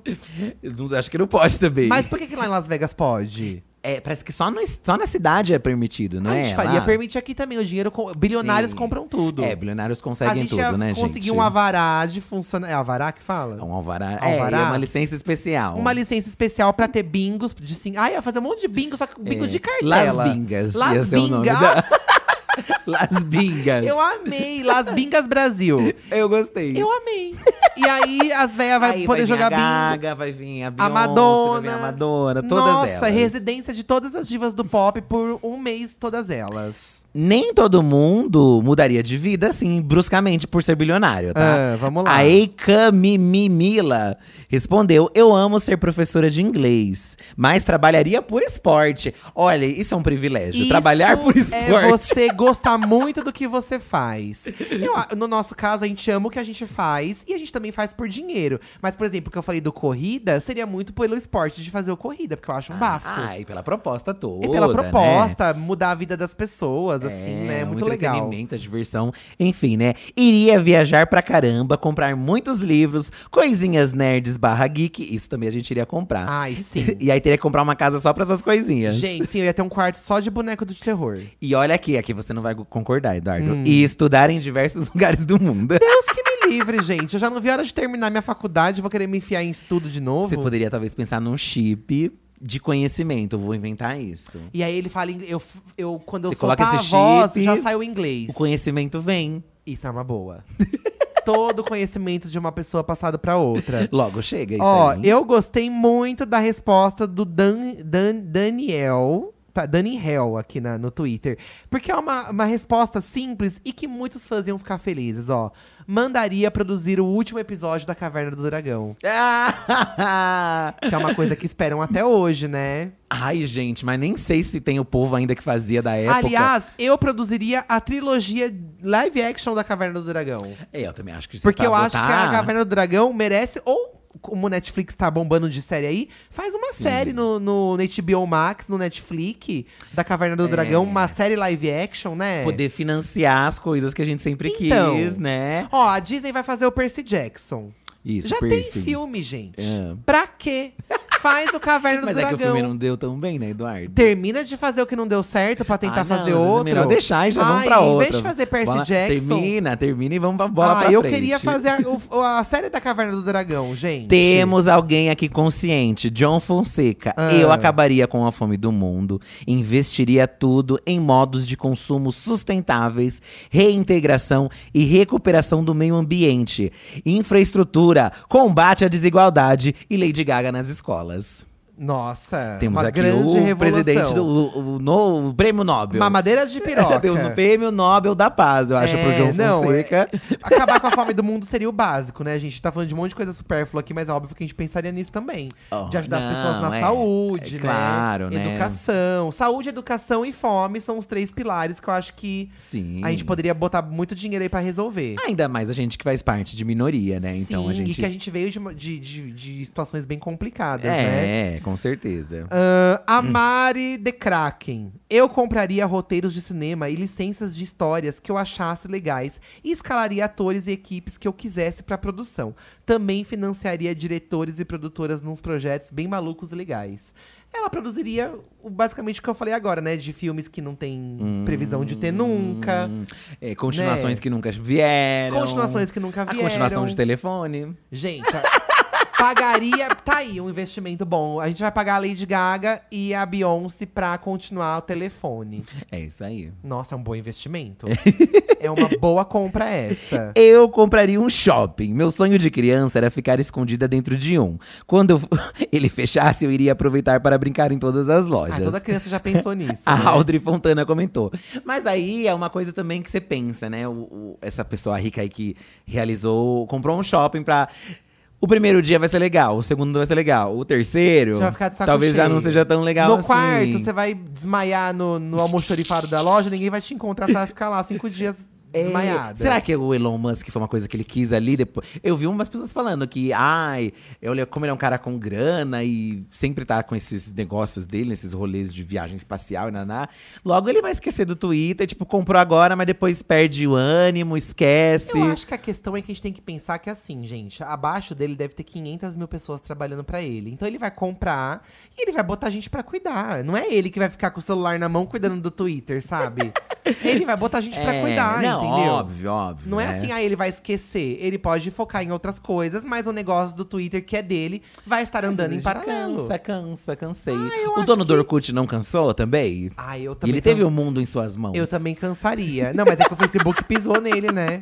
S2: Eu não- Acho que não pode também.
S1: Mas por que, que lá em Las Vegas pode?
S2: É, parece que só, no, só na cidade é permitido, não
S1: a
S2: é?
S1: gente faria
S2: Lá-
S1: permitir aqui também. O dinheiro. com- Bilionários
S2: Sim.
S1: compram tudo.
S2: É, bilionários
S1: a
S2: conseguem
S1: gente
S2: tudo,
S1: ia
S2: né, gente?
S1: conseguir um avará de funcionar. É avará que fala?
S2: É Um alvará.
S1: Alvará?
S2: É, e é uma licença especial.
S1: Uma licença especial pra ter bingos de sim. Ah, ia fazer um monte de bingo, só que bingo
S2: É.
S1: de cartela.
S2: Las Bingas.
S1: Las
S2: ia ser o nome
S1: Binga.
S2: da- (laughs) Las Bingas.
S1: Eu
S2: Eu,
S1: amei. Las Bingas
S2: (laughs)
S1: Brasil.
S2: gostei.
S1: Eu amei. E aí as véias vai
S2: Aí
S1: poder
S2: vir
S1: jogar
S2: a Gaga,
S1: bingo.
S2: Vai vir a Beyoncé,
S1: A Madonna.
S2: vai vir a Madonna, todas
S1: Nossa,
S2: elas.
S1: residência de todas as divas do pop por um mês, todas elas.
S2: Nem todo mundo mudaria de vida, assim, bruscamente, por ser bilionário, tá?
S1: Ah, vamos lá.
S2: A Eika Mimimila respondeu: Eu amo ser professora de inglês, mas trabalharia por esporte. Olha, isso é um privilégio. trabalhar por
S1: Isso
S2: esporte.
S1: É você gostar muito do que você faz. Eu a- no nosso caso, a gente ama o que a gente faz e a gente também faz por dinheiro. Mas, por exemplo, o que eu falei do corrida, seria muito pelo esporte de fazer o corrida, porque eu acho um bafo.
S2: Ah, e pela proposta toda.
S1: e pela
S2: né?
S1: proposta, mudar a vida das pessoas, assim,
S2: É,
S1: né? É
S2: um
S1: muito legal.
S2: entretenimento, a diversão, enfim, né? Iria viajar pra caramba, comprar muitos livros, coisinhas nerds barra geek, isso também a gente iria comprar.
S1: Ai, Ah, sim.
S2: (laughs) E aí teria que comprar uma casa só pra essas coisinhas.
S1: gente, sim, eu ia ter um quarto só de boneco do terror.
S2: E olha aqui, aqui você não vai concordar, Eduardo.
S1: Hum.
S2: E estudar em diversos (laughs) lugares do mundo.
S1: Deus que me livre, gente. Eu já não vi a hora de terminar minha faculdade, vou querer me enfiar em estudo de novo.
S2: Você poderia talvez pensar num chip de conhecimento, eu vou inventar isso.
S1: E aí ele fala, ing- eu, f- eu quando eu
S2: Você
S1: soltar
S2: coloca
S1: a
S2: esse
S1: voz,
S2: chip,
S1: já sai o inglês.
S2: O conhecimento vem,
S1: Isso é uma boa. (laughs) Todo o conhecimento de uma pessoa é passado pra
S2: (laughs)
S1: outra.
S2: logo chega É isso
S1: Ó,
S2: aí.
S1: eu gostei muito da resposta do Dan, Dan- Daniel. Tá, Dani Hell aqui na- no Twitter. Porque é uma, uma resposta simples e que muitos fãs iam ficar felizes, ó. Mandaria produzir o último episódio da Caverna do Dragão.
S2: Ah!
S1: Que é uma coisa que esperam até hoje, né?
S2: (laughs) Ai, gente, mas nem sei se tem o povo ainda que fazia da época.
S1: Aliás, eu produziria a trilogia live action da Caverna do Dragão.
S2: É, eu também acho que isso
S1: Porque
S2: é pra
S1: eu acho que
S2: botar-
S1: a Caverna do Dragão merece. Ou como o Netflix tá bombando de série aí, faz uma série no, no, no HBO Max, no Netflix, da Caverna do Dragão, uma série live action, né?
S2: É. Poder financiar as coisas que a gente sempre
S1: Então.
S2: quis, né?
S1: Ó, a Disney vai fazer o Percy Jackson.
S2: Isso,
S1: Já
S2: piercing.
S1: tem filme, gente.
S2: É.
S1: Pra quê? Faz o Caverna
S2: (laughs)
S1: do
S2: Mas é
S1: Dragão.
S2: que o filme não deu tão bem, né, Eduardo?
S1: Termina de fazer o que não deu certo pra tentar
S2: Ah, não, às
S1: fazer
S2: vezes é
S1: outro.
S2: Melhor deixar e já vamos
S1: Ai,
S2: pra outra.
S1: Em vez de fazer Percy
S2: Bola-
S1: Jackson.
S2: Termina, termina e vamos pra bola
S1: ah,
S2: pra
S1: eu
S2: frente.
S1: queria fazer a, o- a série da Caverna do Dragão, gente.
S2: Temos alguém aqui consciente, John Fonseca.
S1: Ah.
S2: Eu acabaria com a fome do mundo, investiria tudo em modos de consumo sustentáveis, reintegração e recuperação do meio ambiente, infraestrutura, combate à desigualdade e Lady Gaga nas escolas.
S1: Nossa,
S2: Temos
S1: É uma
S2: aqui
S1: grande
S2: o
S1: revolução.
S2: presidente do o, o- no- o prêmio Nobel.
S1: Mamadeira
S2: (laughs)
S1: de piroca.
S2: Deu no prêmio Nobel da Paz, eu acho,
S1: É,
S2: pro John
S1: não,
S2: Fonseca.
S1: é- acabar com a fome do mundo seria o básico, né, gente? Tá falando de um monte de coisa supérflua aqui, mas é óbvio que a gente pensaria nisso também.
S2: Oh,
S1: de ajudar as pessoas
S2: não,
S1: na
S2: é.
S1: saúde,
S2: É
S1: né?
S2: claro, né?
S1: Educação. Saúde, educação e fome são os três pilares que eu acho que
S2: Sim.
S1: a gente poderia botar muito dinheiro aí pra resolver.
S2: Ainda mais a gente que faz parte de minoria, né? então a
S1: Sim,
S2: gente.
S1: E que a gente veio de, uma- de, de, de situações bem complicadas, né?
S2: É, com certeza.
S1: Ahn, Ah, a Mari de Kraken. Eu compraria roteiros de cinema e licenças de histórias que eu achasse legais e escalaria atores e equipes que eu quisesse pra produção. Também financiaria diretores e produtoras nos projetos bem malucos e legais. Ela produziria o- basicamente o que eu falei agora, né? De filmes que não tem previsão de ter nunca.
S2: É, continuações
S1: Né?
S2: que nunca vieram.
S1: Continuações que nunca vieram.
S2: A continuação de telefone.
S1: Gente, a- (laughs) pagaria. Tá aí um investimento bom. A gente vai pagar a Lady Gaga e a Beyoncé pra continuar o telefone.
S2: É isso aí.
S1: Nossa, é um bom investimento. é
S2: (laughs)
S1: uma boa compra essa.
S2: Eu compraria um shopping. Meu sonho de criança era ficar escondida dentro de um. Quando eu- (laughs) ele fechasse, eu iria aproveitar para brincar em todas as lojas.
S1: Ah, toda criança já pensou
S2: (laughs)
S1: nisso.
S2: A
S1: né?
S2: Audrey Fontana comentou. Mas aí é uma coisa também que você pensa, né? O- o- essa pessoa rica aí que realizou, comprou um shopping pra. O primeiro dia vai ser legal, o segundo vai ser legal, o terceiro.
S1: Você vai ficar de saco
S2: talvez já não
S1: cheio.
S2: seja tão legal
S1: No
S2: assim.
S1: quarto, você vai desmaiar no, no almoxorifado da loja, ninguém vai te encontrar, você vai ficar lá cinco dias
S2: É,
S1: desmaiada.
S2: Será que o Elon Musk foi uma coisa que ele quis ali depois? Eu vi umas pessoas falando que, ai, eu, como ele é um cara com grana e sempre tá com esses negócios dele, esses rolês de viagem espacial e naná, logo ele vai esquecer do Twitter, tipo, comprou agora, mas depois perde o ânimo, esquece.
S1: Eu acho que a questão é que a gente tem que pensar que assim, gente, abaixo dele deve ter 500 mil pessoas trabalhando pra ele. Então ele vai comprar e ele vai botar gente pra cuidar. Não é ele que vai ficar com o celular na mão cuidando do Twitter,
S2: (laughs)
S1: sabe? ele vai botar gente pra
S2: É,
S1: cuidar,
S2: não,
S1: entendeu?
S2: Óbvio, óbvio.
S1: Não é
S2: né?
S1: assim, aí ele vai esquecer. Ele pode focar em outras coisas, mas o negócio do Twitter, que é dele, vai estar andando em
S2: Gente,
S1: paralelo. Ah,
S2: Cansa, cansa, cansei.
S1: eu
S2: o
S1: acho
S2: dono do
S1: que-
S2: Orkut não cansou também?
S1: Ah, eu
S2: E
S1: também.
S2: ele
S1: can-
S2: teve um o mundo em suas mãos.
S1: Eu também cansaria. Não, mas é que o Facebook pisou nele,
S2: (laughs)
S1: né?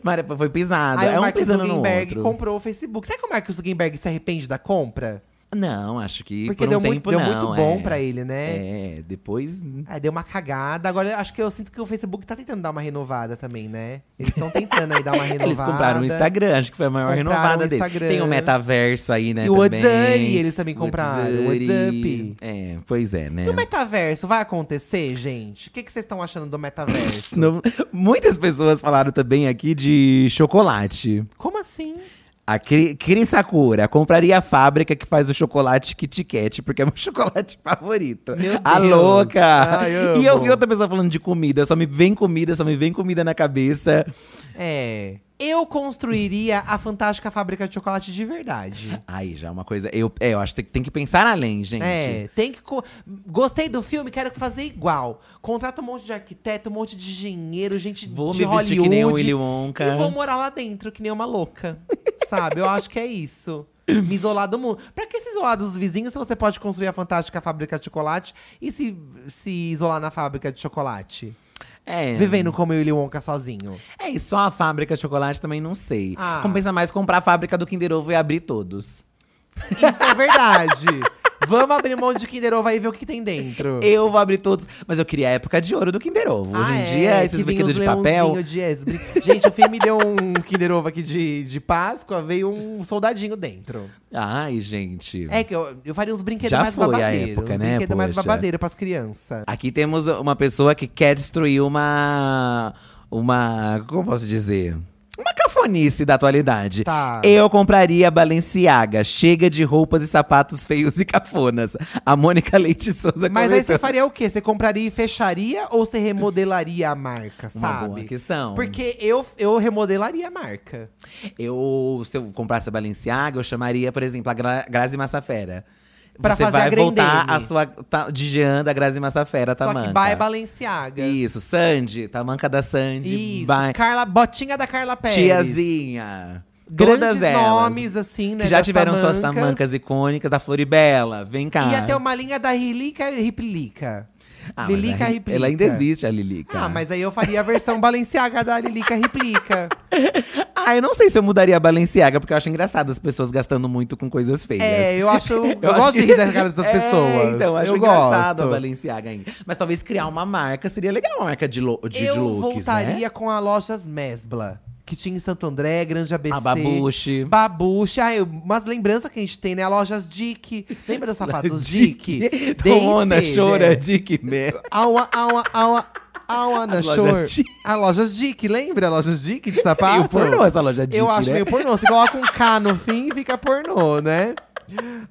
S2: Mas foi pisado.
S1: Aí
S2: é
S1: o
S2: um
S1: Mark
S2: pisando no
S1: Zuckerberg
S2: outro.
S1: comprou o Facebook. Será que o Mark Zuckerberg se arrepende da compra?
S2: Não, acho que
S1: Porque
S2: por
S1: deu,
S2: um
S1: muito,
S2: tempo
S1: deu
S2: não,
S1: muito bom
S2: é.
S1: pra ele, né?
S2: É, depois…
S1: Aí deu uma cagada. Agora eu acho que eu sinto que o Facebook tá tentando dar uma renovada também, né? Eles estão tentando aí dar uma renovada.
S2: (laughs) Eles compraram o Instagram, acho que foi a maior
S1: Compraram
S2: renovada
S1: o
S2: dele.
S1: Instagram.
S2: Tem o metaverso aí, né,
S1: E o
S2: também.
S1: WhatsApp, eles também compraram, o Então,
S2: WhatsApp.
S1: WhatsApp.
S2: É, pois é, né.
S1: E o metaverso vai acontecer, gente? O que que vocês estão achando do
S2: (laughs)
S1: metaverso?
S2: No- muitas pessoas falaram também aqui de chocolate.
S1: Como assim?
S2: A Cri, Cri Sakura compraria a fábrica que faz o chocolate Kit Kat, porque é meu (laughs) chocolate favorito.
S1: Meu
S2: a
S1: Deus.
S2: louca!
S1: Ai,
S2: e eu vi
S1: amo.
S2: outra pessoa falando de comida, só me vem comida, só me vem comida na cabeça.
S1: É. Eu construiria a fantástica fábrica de chocolate de verdade.
S2: Aí já é uma coisa. Eu, é, eu acho que tem- tem que pensar além, gente.
S1: É, tem que. co- Gostei do filme, quero fazer igual. Contrata um monte de arquiteto, um monte de engenheiro, gente
S2: Vou
S1: de
S2: me
S1: Hollywood.
S2: vestir que nem o Willy Wonka. né?
S1: E vou morar lá dentro, que nem uma louca. (laughs) sabe? Eu acho que é isso. Me isolar do mundo. Pra que se isolar dos vizinhos se você pode construir a fantástica fábrica de chocolate e se, se isolar na fábrica de chocolate?
S2: É.
S1: Vivendo como o Willy Wonka sozinho.
S2: É, e só a fábrica de chocolate também não sei.
S1: Ah.
S2: Compensa mais comprar a fábrica do Kinder Ovo e abrir todos.
S1: Isso é
S2: (laughs)
S1: verdade. Vamos abrir mão de Kinder Ovo aí e ver o que tem dentro.
S2: Eu vou abrir todos. Mas eu queria a época de ouro do Kinder Ovo. Hoje em
S1: Ah,
S2: dia,
S1: é,
S2: esses
S1: que vem
S2: brinquedos
S1: os
S2: de papel.
S1: leãozinho de- é, esses brin- Gente, o filme deu um (laughs) Kinder Ovo aqui de, de Páscoa, veio um soldadinho dentro.
S2: Ai, gente.
S1: É que eu, eu faria uns brinquedos
S2: Já
S1: mais
S2: foi a
S1: babadeiros.
S2: época,
S1: uns
S2: né,
S1: brinquedos mais
S2: poxa. Ah,
S1: babadeiro pras crianças.
S2: Aqui temos uma pessoa que quer destruir uma. Uma. Como posso dizer? Uma cafonice da atualidade.
S1: Tá.
S2: Eu compraria Balenciaga. Chega de roupas e sapatos feios e cafonas. A Mônica Leite Souza
S1: Mas aí
S2: comentou.
S1: você faria o quê? Você compraria e fecharia ou você remodelaria a marca,
S2: Uma
S1: sabe?
S2: boa questão.
S1: Porque eu, eu remodelaria a marca.
S2: Eu, se eu comprasse a Balenciaga, eu chamaria, por exemplo, a Gra Grazi Massafera.
S1: Pra
S2: Você
S1: fazer a
S2: vai
S1: Grendene.
S2: voltar a sua ta, de Jean da Grazi Massafera, Tamanca.
S1: Só que vai Balenciaga.
S2: Isso, Sandy, Tamanca da Sandy,
S1: Isso,
S2: vai.
S1: Carla, botinha da Carla Pérez.
S2: Tiazinha.
S1: Grandes
S2: Todas elas.
S1: nomes, assim, né?
S2: que já
S1: das
S2: tiveram suas tamancas icônicas da Floribela. Vem cá.
S1: E até uma linha da Rilica Riplica.
S2: Tá. Ah, mas
S1: Lilica
S2: a Ri-
S1: Riplica.
S2: Ela ainda existe, a Lilica.
S1: Ah, mas aí eu faria a versão Balenciaga da Lilica
S2: (laughs)
S1: Riplica.
S2: Ah, eu não sei se eu mudaria a Balenciaga, porque eu acho engraçado as pessoas gastando muito com coisas feias.
S1: É, eu
S2: (laughs)
S1: acho. Eu, gosto
S2: assim- acho
S1: de
S2: que-
S1: rir da cara das
S2: (laughs) É,
S1: pessoas.
S2: então, acho
S1: eu
S2: engraçado
S1: gosto.
S2: a Balenciaga ainda. Mas talvez criar uma marca seria legal, uma marca de, lo de,
S1: eu
S2: de looks,
S1: voltaria
S2: né?
S1: com a Lojas Mesbla. Que tinha em Santo André, Grande ABC.
S2: A Babuche.
S1: Babuche. Ah, eu- umas lembranças que a gente tem, né? A Lojas Dick. Lembra
S2: (laughs)
S1: dos sapatos Dick?
S2: Dona,
S1: D&C,
S2: chora,
S1: gente.
S2: Dick mesmo.
S1: Aua, aua, aua. Aua na
S2: As lojas
S1: Shore.
S2: Dick.
S1: A Lojas Dick, lembra? A Lojas Dick de sapato?
S2: Meio pornô essa loja Dick,
S1: Eu acho
S2: né?
S1: meio pornô. Você coloca um K no fim e fica pornô, né?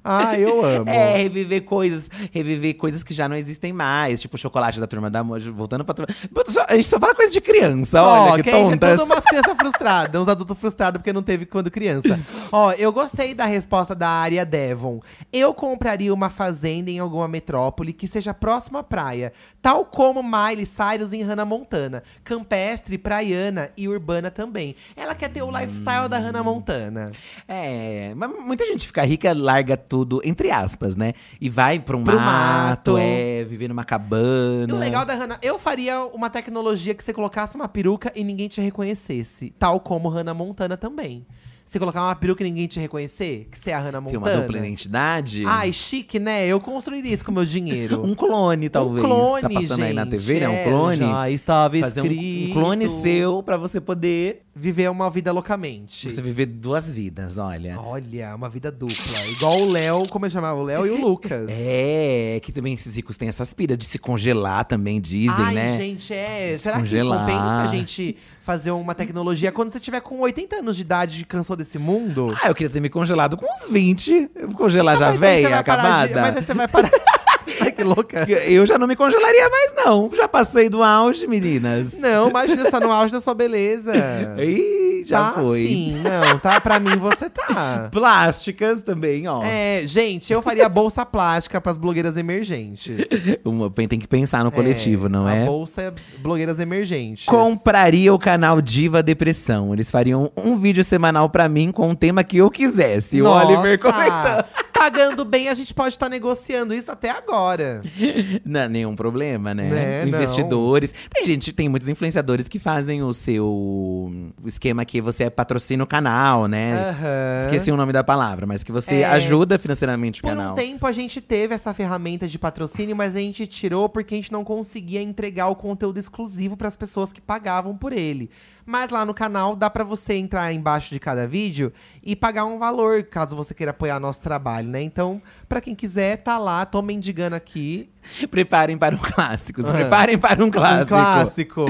S1: Ah, eu amo.
S2: É, reviver coisas, reviver coisas que já não existem mais. Tipo, o chocolate da turma da Mônica, voltando pra turma. Só- A gente só fala coisa de criança,
S1: Só,
S2: olha, que
S1: a gente É
S2: tontas.
S1: tudo umas crianças frustradas, uns adultos frustrados porque não teve quando
S2: (laughs)
S1: criança. Ó, eu gostei da resposta da área Devon. Eu compraria uma fazenda em alguma metrópole que seja próxima à praia, tal como Miley Cyrus em Hannah Montana. Campestre, praiana e urbana também. Ela quer ter o lifestyle da Hannah Montana.
S2: É, mas muita gente fica rica, larga tudo, entre aspas, né? E vai pra um
S1: Pro
S2: mato,
S1: mato.
S2: é, viver numa cabana.
S1: E o legal da Hannah, eu faria uma tecnologia que você colocasse uma peruca e ninguém te reconhecesse. Tal como Hannah Montana também. Você colocar uma peruca e ninguém te reconhecer, que você é a Hannah
S2: Tem
S1: Montana.
S2: uma dupla identidade.
S1: Ai, chique, né? Eu construiria isso com meu dinheiro.
S2: (laughs) Um clone, talvez.
S1: clone,
S2: tá passando aí na
S1: gente,
S2: TV, né? Um
S1: é,
S2: clone.
S1: já estava
S2: Fazer um, um
S1: escrito.
S2: clone seu pra você poder
S1: Viver uma vida loucamente.
S2: você né? viver duas vidas, olha.
S1: Olha, uma vida dupla. Igual o Léo, como eu chamava? O Léo e o Lucas.
S2: É, que também esses ricos têm essas piras de se congelar também, dizem,
S1: Ai,
S2: né?
S1: gente, é. Será
S2: Congelar.
S1: que compensa a gente fazer uma tecnologia quando você tiver com 80 anos de idade e cansou desse mundo? Ah,
S2: Ah, eu queria ter me congelado com uns 20. Eu vou congelar já
S1: Mas aí você
S2: velha,
S1: vai parar
S2: acabada.
S1: de- Mas assim- aí você vai parar. Ai, que louca.
S2: (laughs) Eu já não me congelaria mais, não. Já passei do auge, meninas.
S1: Não, imagina, você tá no auge da sua beleza.
S2: Ih, já
S1: É. Tá,
S2: foi.
S1: Sim, não, tá? Pra mim você tá.
S2: Plásticas também, (laughs) ó.
S1: É, gente, eu faria bolsa plástica pras blogueiras emergentes.
S2: Uma- tem que pensar no coletivo, não
S1: a
S2: é?
S1: Bolsa é blogueiras emergentes.
S2: Compraria o canal Diva Depressão. Eles fariam um vídeo semanal pra mim com o tema que eu quisesse.
S1: Nossa!
S2: O Oliver comentando.
S1: Pagando bem, a gente pode estar negociando isso até agora.
S2: (laughs) Não, é nenhum problema, né?
S1: Né, não.
S2: Investidores. Tem gente, tem muitos influenciadores que fazem o seu o esquema que você patrocina o canal, né?
S1: Aham.
S2: Esqueci o nome da palavra, mas que você
S1: É.
S2: ajuda financeiramente o
S1: Por
S2: canal.
S1: um tempo a gente teve essa ferramenta de patrocínio, mas a gente tirou porque a gente não conseguia entregar o conteúdo exclusivo para as pessoas que pagavam por ele. Mas lá no canal dá para você entrar embaixo de cada vídeo e pagar um valor, caso você queira apoiar nosso trabalho, né? Então, para quem quiser, tá lá, tô mendigando aqui.
S2: Preparem para um clássico. se Preparem para um clássico.
S1: Ah. Um
S2: (laughs)
S1: clássico.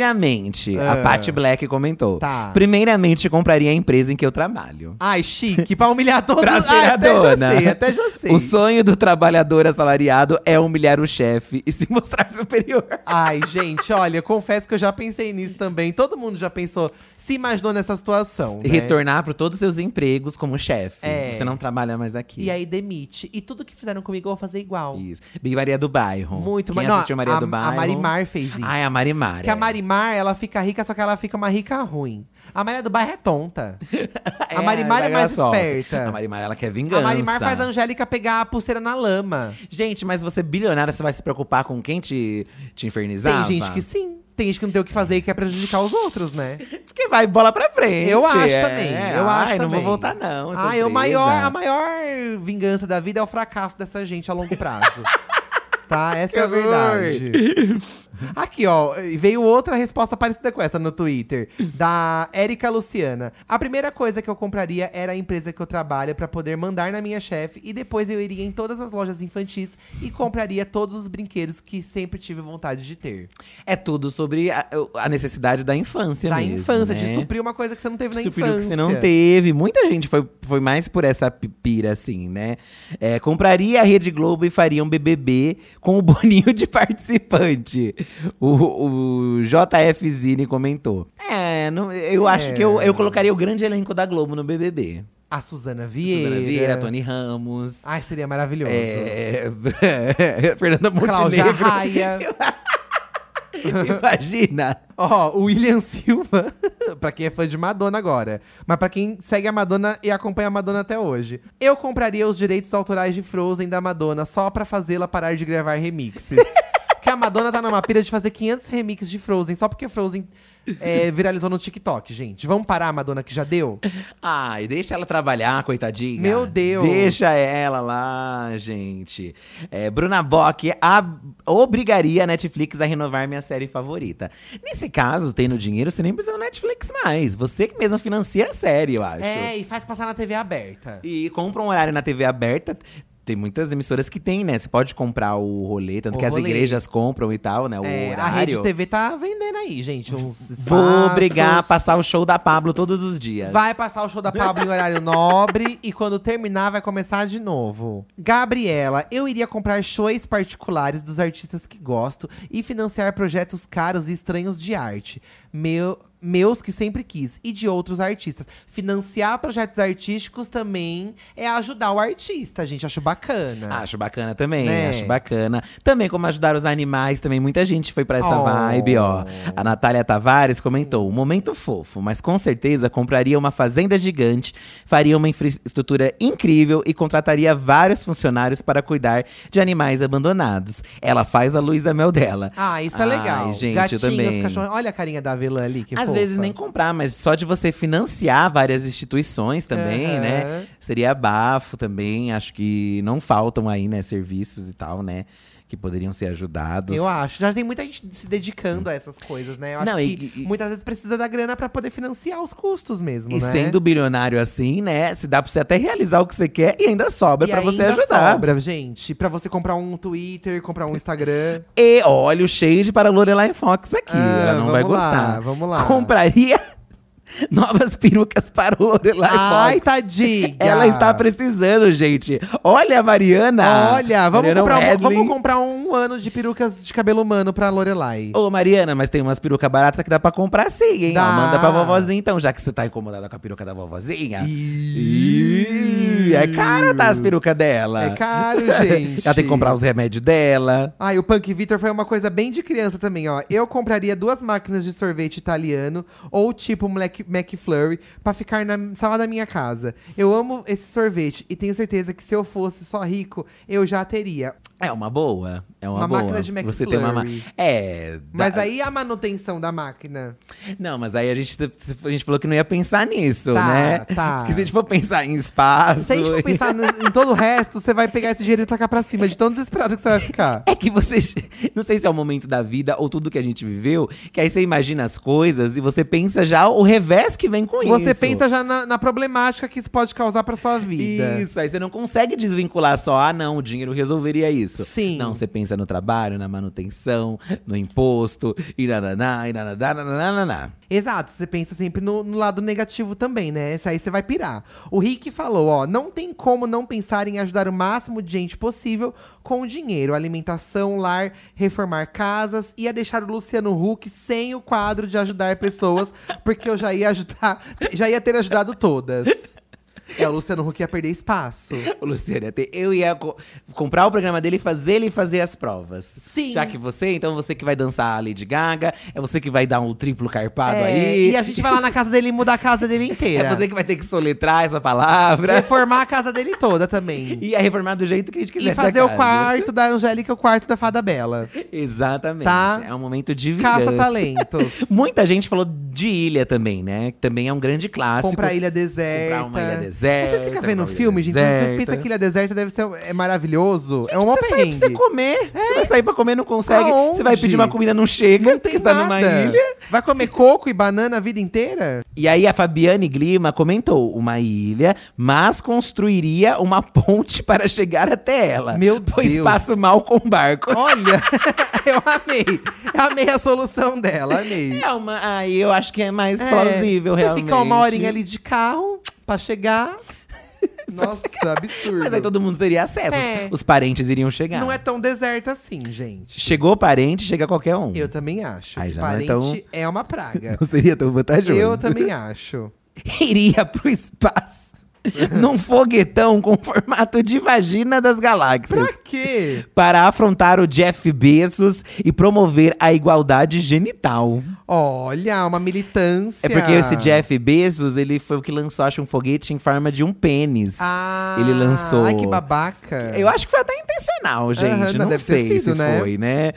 S2: Primeiramente, a
S1: É.
S2: Paty Black comentou.
S1: Tá.
S2: Primeiramente, compraria a empresa em que eu trabalho.
S1: Ai, chique, pra humilhar todos.
S2: Pra ser
S1: Ai,
S2: a
S1: até
S2: dona.
S1: já sei, até já sei.
S2: O sonho do trabalhador assalariado é humilhar o chefe e se mostrar (laughs) superior.
S1: Ai, gente, olha, confesso que eu já pensei nisso também. Todo mundo já pensou, se imaginou nessa situação.
S2: E
S1: né?
S2: Retornar para todos os seus empregos como chefe.
S1: É.
S2: Você não trabalha mais aqui.
S1: E aí demite. E tudo que fizeram comigo eu vou fazer igual.
S2: Isso. Big Maria do Bairro.
S1: Muito,
S2: Quem
S1: mas não,
S2: assistiu Maria
S1: a,
S2: do Bairro?
S1: a Marimar fez isso.
S2: Ai, a Marimar.
S1: Porque
S2: é.
S1: a Marimar, ela fica rica, só que ela fica uma rica ruim. A Maria do Bairro é tonta.
S2: É,
S1: a Marimar é
S2: ela
S1: mais
S2: sofre.
S1: esperta.
S2: A Marimar, ela quer vingança.
S1: A Marimar faz a Angélica pegar a pulseira na lama.
S2: Gente, mas você bilionário, você vai se preocupar com quem te, te
S1: Tem
S2: infernizava?
S1: gente que sim. Tem gente que não tem o que fazer e quer prejudicar os outros, né?
S2: Porque vai bola pra frente.
S1: Eu acho
S2: é.
S1: também. Eu
S2: Ai,
S1: acho
S2: não vou
S1: também.
S2: voltar, não. essa
S1: Ah, é o
S2: empresa.
S1: maior, a maior vingança da vida é o fracasso dessa gente a longo
S2: (laughs)
S1: prazo. tá? Essa é a
S2: Que horror.
S1: verdade.
S2: (laughs)
S1: Aqui, ó, veio outra resposta parecida com essa no Twitter, da Érica Luciana. A primeira coisa que eu compraria era a empresa que eu trabalho pra poder mandar na minha chefe e depois eu iria em todas as lojas infantis e compraria todos os brinquedos que sempre tive vontade de ter.
S2: É tudo sobre a, a necessidade da infância
S1: da
S2: mesmo,
S1: infância,
S2: né?
S1: de suprir uma coisa que você não teve na
S2: Suprir o
S1: infância.
S2: que você não teve. Muita gente foi, foi mais por essa pi- pira, assim, né? É, compraria a Rede Globo e faria um BBB com o (laughs) boninho de participante. O, o JF Zine comentou. É, não- eu acho
S1: É.
S2: que eu, eu colocaria o grande elenco da Globo no BBB.
S1: A Suzana Vieira. Ah,
S2: Suzana Vieira, Tony Ramos.
S1: Ai, seria maravilhoso.
S2: É, (laughs) Fernanda
S1: Cláudia
S2: Montenegro.
S1: Raia.
S2: (laughs) Imagina.
S1: Ó, o William Silva, (laughs) pra quem é fã de Madonna agora, mas pra quem segue a Madonna e acompanha a Madonna até hoje. Eu compraria os direitos autorais de Frozen da Madonna só pra fazê-la parar de gravar
S2: (laughs)
S1: remixes. Porque a Madonna tá numa pira de fazer 500 remixes de Frozen só porque Frozen é, viralizou no TikTok, gente. Vamos parar a Madonna que já deu?
S2: Ai, Ah, deixa ela trabalhar, coitadinha.
S1: Meu Deus.
S2: Deixa ela lá, gente. É, Bruna Bock ab- obrigaria a Netflix a renovar minha série favorita. Nesse caso, tendo dinheiro, você nem precisa da Netflix mais. Você que mesmo financia a série, eu acho.
S1: É, e faz passar na TV aberta.
S2: E compra um horário na TV aberta. Tem muitas emissoras que tem, né? Você pode comprar o rolê, tanto
S1: O
S2: que as
S1: rolê.
S2: igrejas compram e tal, né? O
S1: É, a
S2: horário.
S1: Rede TV tá vendendo aí, gente, uns
S2: Vou
S1: espaços.
S2: obrigar a passar o show da Pablo todos os dias.
S1: Vai passar o show da Pablo em
S2: (laughs)
S1: horário nobre e quando terminar vai começar de novo. Gabriela, eu iria comprar shows particulares dos artistas que gosto e financiar projetos caros e estranhos de arte. Meu- meus que sempre quis e de outros artistas. Financiar projetos artísticos também é ajudar o artista, gente. Acho bacana.
S2: Acho bacana também,
S1: Né?
S2: acho bacana. Também como ajudar os animais, também muita gente foi pra essa
S1: Oh.
S2: vibe, ó. A Natália Tavares comentou: um momento fofo, mas com certeza compraria uma fazenda gigante, faria uma infraestrutura incrível e contrataria vários funcionários para cuidar de animais abandonados. Ela faz a luz da mel dela.
S1: Ah, isso é
S2: Ai,
S1: legal.
S2: gente, eu
S1: Gatinhos,
S2: também.
S1: cachorros. Olha a carinha da Avelã ali, que
S2: Às
S1: fofa.
S2: vezes nem comprar, mas só de você financiar várias instituições também,
S1: Aham.
S2: né? Seria bafo também. Acho que não faltam aí, né, serviços e tal, né? Que poderiam ser ajudados.
S1: Eu acho. Já tem muita gente se dedicando a essas coisas, né? Eu acho
S2: Não, e-
S1: que
S2: e-
S1: muitas vezes precisa da grana pra poder financiar os custos mesmo,
S2: E
S1: né?
S2: sendo bilionário assim, né? Se dá pra você até realizar o que você quer e ainda sobra
S1: E
S2: pra você
S1: ainda
S2: ajudar.
S1: Sobra, gente, pra você comprar um Twitter, comprar um
S2: (laughs)
S1: Instagram.
S2: E olha o shade para Lorelai Fox aqui.
S1: Ah,
S2: Ela não
S1: vamos
S2: vai
S1: lá,
S2: gostar.
S1: vamos lá.
S2: Compraria (laughs) novas perucas para o Lorelai
S1: Ai,
S2: é Fox.
S1: tadinha!
S2: Ela está precisando, gente. Olha a Mariana.
S1: Olha, vamos
S2: Mariana é
S1: comprar, um,
S2: Wedley.
S1: vamos comprar um ano de perucas de cabelo humano pra Lorelai.
S2: Ô, Mariana, mas tem umas perucas baratas que dá pra comprar sim, hein?
S1: Dá.
S2: Ó, manda pra vovozinha então, já que você tá incomodada com a peruca da vovozinha. Ih, é cara, tá? As perucas dela.
S1: É caro, gente.
S2: (laughs) Ela tem que comprar os remédios dela.
S1: Ai, o Punk Victor foi uma coisa bem de criança também, ó. Eu compraria duas máquinas de sorvete italiano ou tipo um Mac- McFlurry pra ficar na sala da minha casa. Eu amo esse sorvete e tenho certeza que se eu fosse só rico, eu já teria.
S2: É uma boa. É uma,
S1: Uma
S2: boa.
S1: máquina de McFlurry.
S2: Você tem uma ma- É.
S1: Mas
S2: dá-
S1: aí a manutenção da máquina.
S2: Não, mas aí a gente, a gente falou que não ia pensar nisso,
S1: Tá,
S2: né?
S1: tá.
S2: Porque se a gente for pensar em espaço.
S1: Se a gente for pensar no- em todo o resto, você vai pegar esse dinheiro e tacar pra cima, de tão desesperado que você vai ficar.
S2: É que você. Não sei se é o momento da vida ou tudo que a gente viveu, que aí você imagina as coisas e você pensa já o revés que vem com isso.
S1: Você pensa já na, na problemática que isso pode causar pra sua vida.
S2: Isso, aí você não consegue desvincular só, ah, não, o dinheiro resolveria isso.
S1: Sim.
S2: Não, você pensa no trabalho, na manutenção, no imposto, e nananá, e nananá, nananá.
S1: Exato, você pensa sempre no, no lado negativo também, né? Isso aí você vai pirar. O Rick falou, ó, não tem como não pensar em ajudar o máximo de gente possível com o dinheiro, alimentação, lar, reformar casas, ia deixar o Luciano Huck sem o quadro de ajudar pessoas, (laughs) porque eu já ia ajudar, já ia ter ajudado
S2: (laughs)
S1: todas. É, o Luciano Huck ia perder espaço.
S2: O Luciano ia ter, eu ia co- comprar o programa dele e fazer ele fazer as provas.
S1: Sim.
S2: Já que você, então você que vai dançar a Lady Gaga, é você que vai dar um triplo carpado
S1: É,
S2: aí.
S1: E a gente vai lá na casa dele e muda a casa dele inteira.
S2: É você que vai ter que soletrar essa palavra.
S1: Reformar a casa dele toda também.
S2: (laughs) E a reformar do jeito que a gente quiser.
S1: É. E
S2: essa
S1: fazer o
S2: casa.
S1: quarto da Angélica e o quarto da Fada Bela.
S2: Exatamente.
S1: Tá?
S2: É um momento de vingança.
S1: Caça
S2: (laughs)
S1: talentos.
S2: Muita gente falou de ilha também, né? Que também é um grande clássico.
S1: Comprar ilha deserta.
S2: Comprar uma ilha
S1: Mas
S2: deserta.
S1: Vocês ficam
S2: uma
S1: vendo
S2: ilha
S1: filme, gente?
S2: deserta.
S1: Vocês pensam que ilha deserta deve ser é maravilhoso? é um
S2: Você sai pra
S1: perrengue. É.
S2: você comer. Você vai sair pra comer, não consegue. Você vai
S1: Aonde?
S2: pedir uma comida, não chega.
S1: Não tem
S2: você tá
S1: nada.
S2: numa ilha.
S1: Vai comer coco e banana a vida inteira?
S2: E aí a Fabiane Glima comentou: uma ilha, mas construiria uma ponte para chegar até ela.
S1: Meu
S2: pois
S1: Deus.
S2: passo mal com barco.
S1: Olha, (laughs) eu amei. Eu amei a solução dela, amei.
S2: É uma. Aí eu acho que é mais
S1: É,
S2: plausível,
S1: você
S2: realmente.
S1: ficar uma horinha ali de carro pra
S2: (laughs)
S1: chegar. Nossa, absurdo.
S2: Mas é aí todo mundo teria acesso.
S1: É.
S2: Os parentes iriam chegar.
S1: Não é tão deserta assim, gente.
S2: Chegou parente, chega qualquer um. (laughs)
S1: Eu também acho.
S2: Ai, já não é
S1: Parente
S2: tão- Tá
S1: é uma
S2: (laughs)
S1: praga.
S2: Não seria tão vantajoso.
S1: Eu também acho.
S2: (laughs) Iria pro
S1: (laughs)
S2: espaço num foguetão com formato de vagina das galáxias.
S1: Pra quê?
S2: Para afrontar o Jeff Bezos e promover a igualdade genital.
S1: Olha, uma militância.
S2: É porque esse Jeff Bezos, ele foi o que lançou, acho, um foguete em forma de um pênis.
S1: Ah,
S2: ele lançou.
S1: Ai, que babaca.
S2: Eu acho que foi até intencional, gente.
S1: Aham, não,
S2: não
S1: deve ter
S2: sei
S1: sido,
S2: se
S1: né?
S2: foi, né?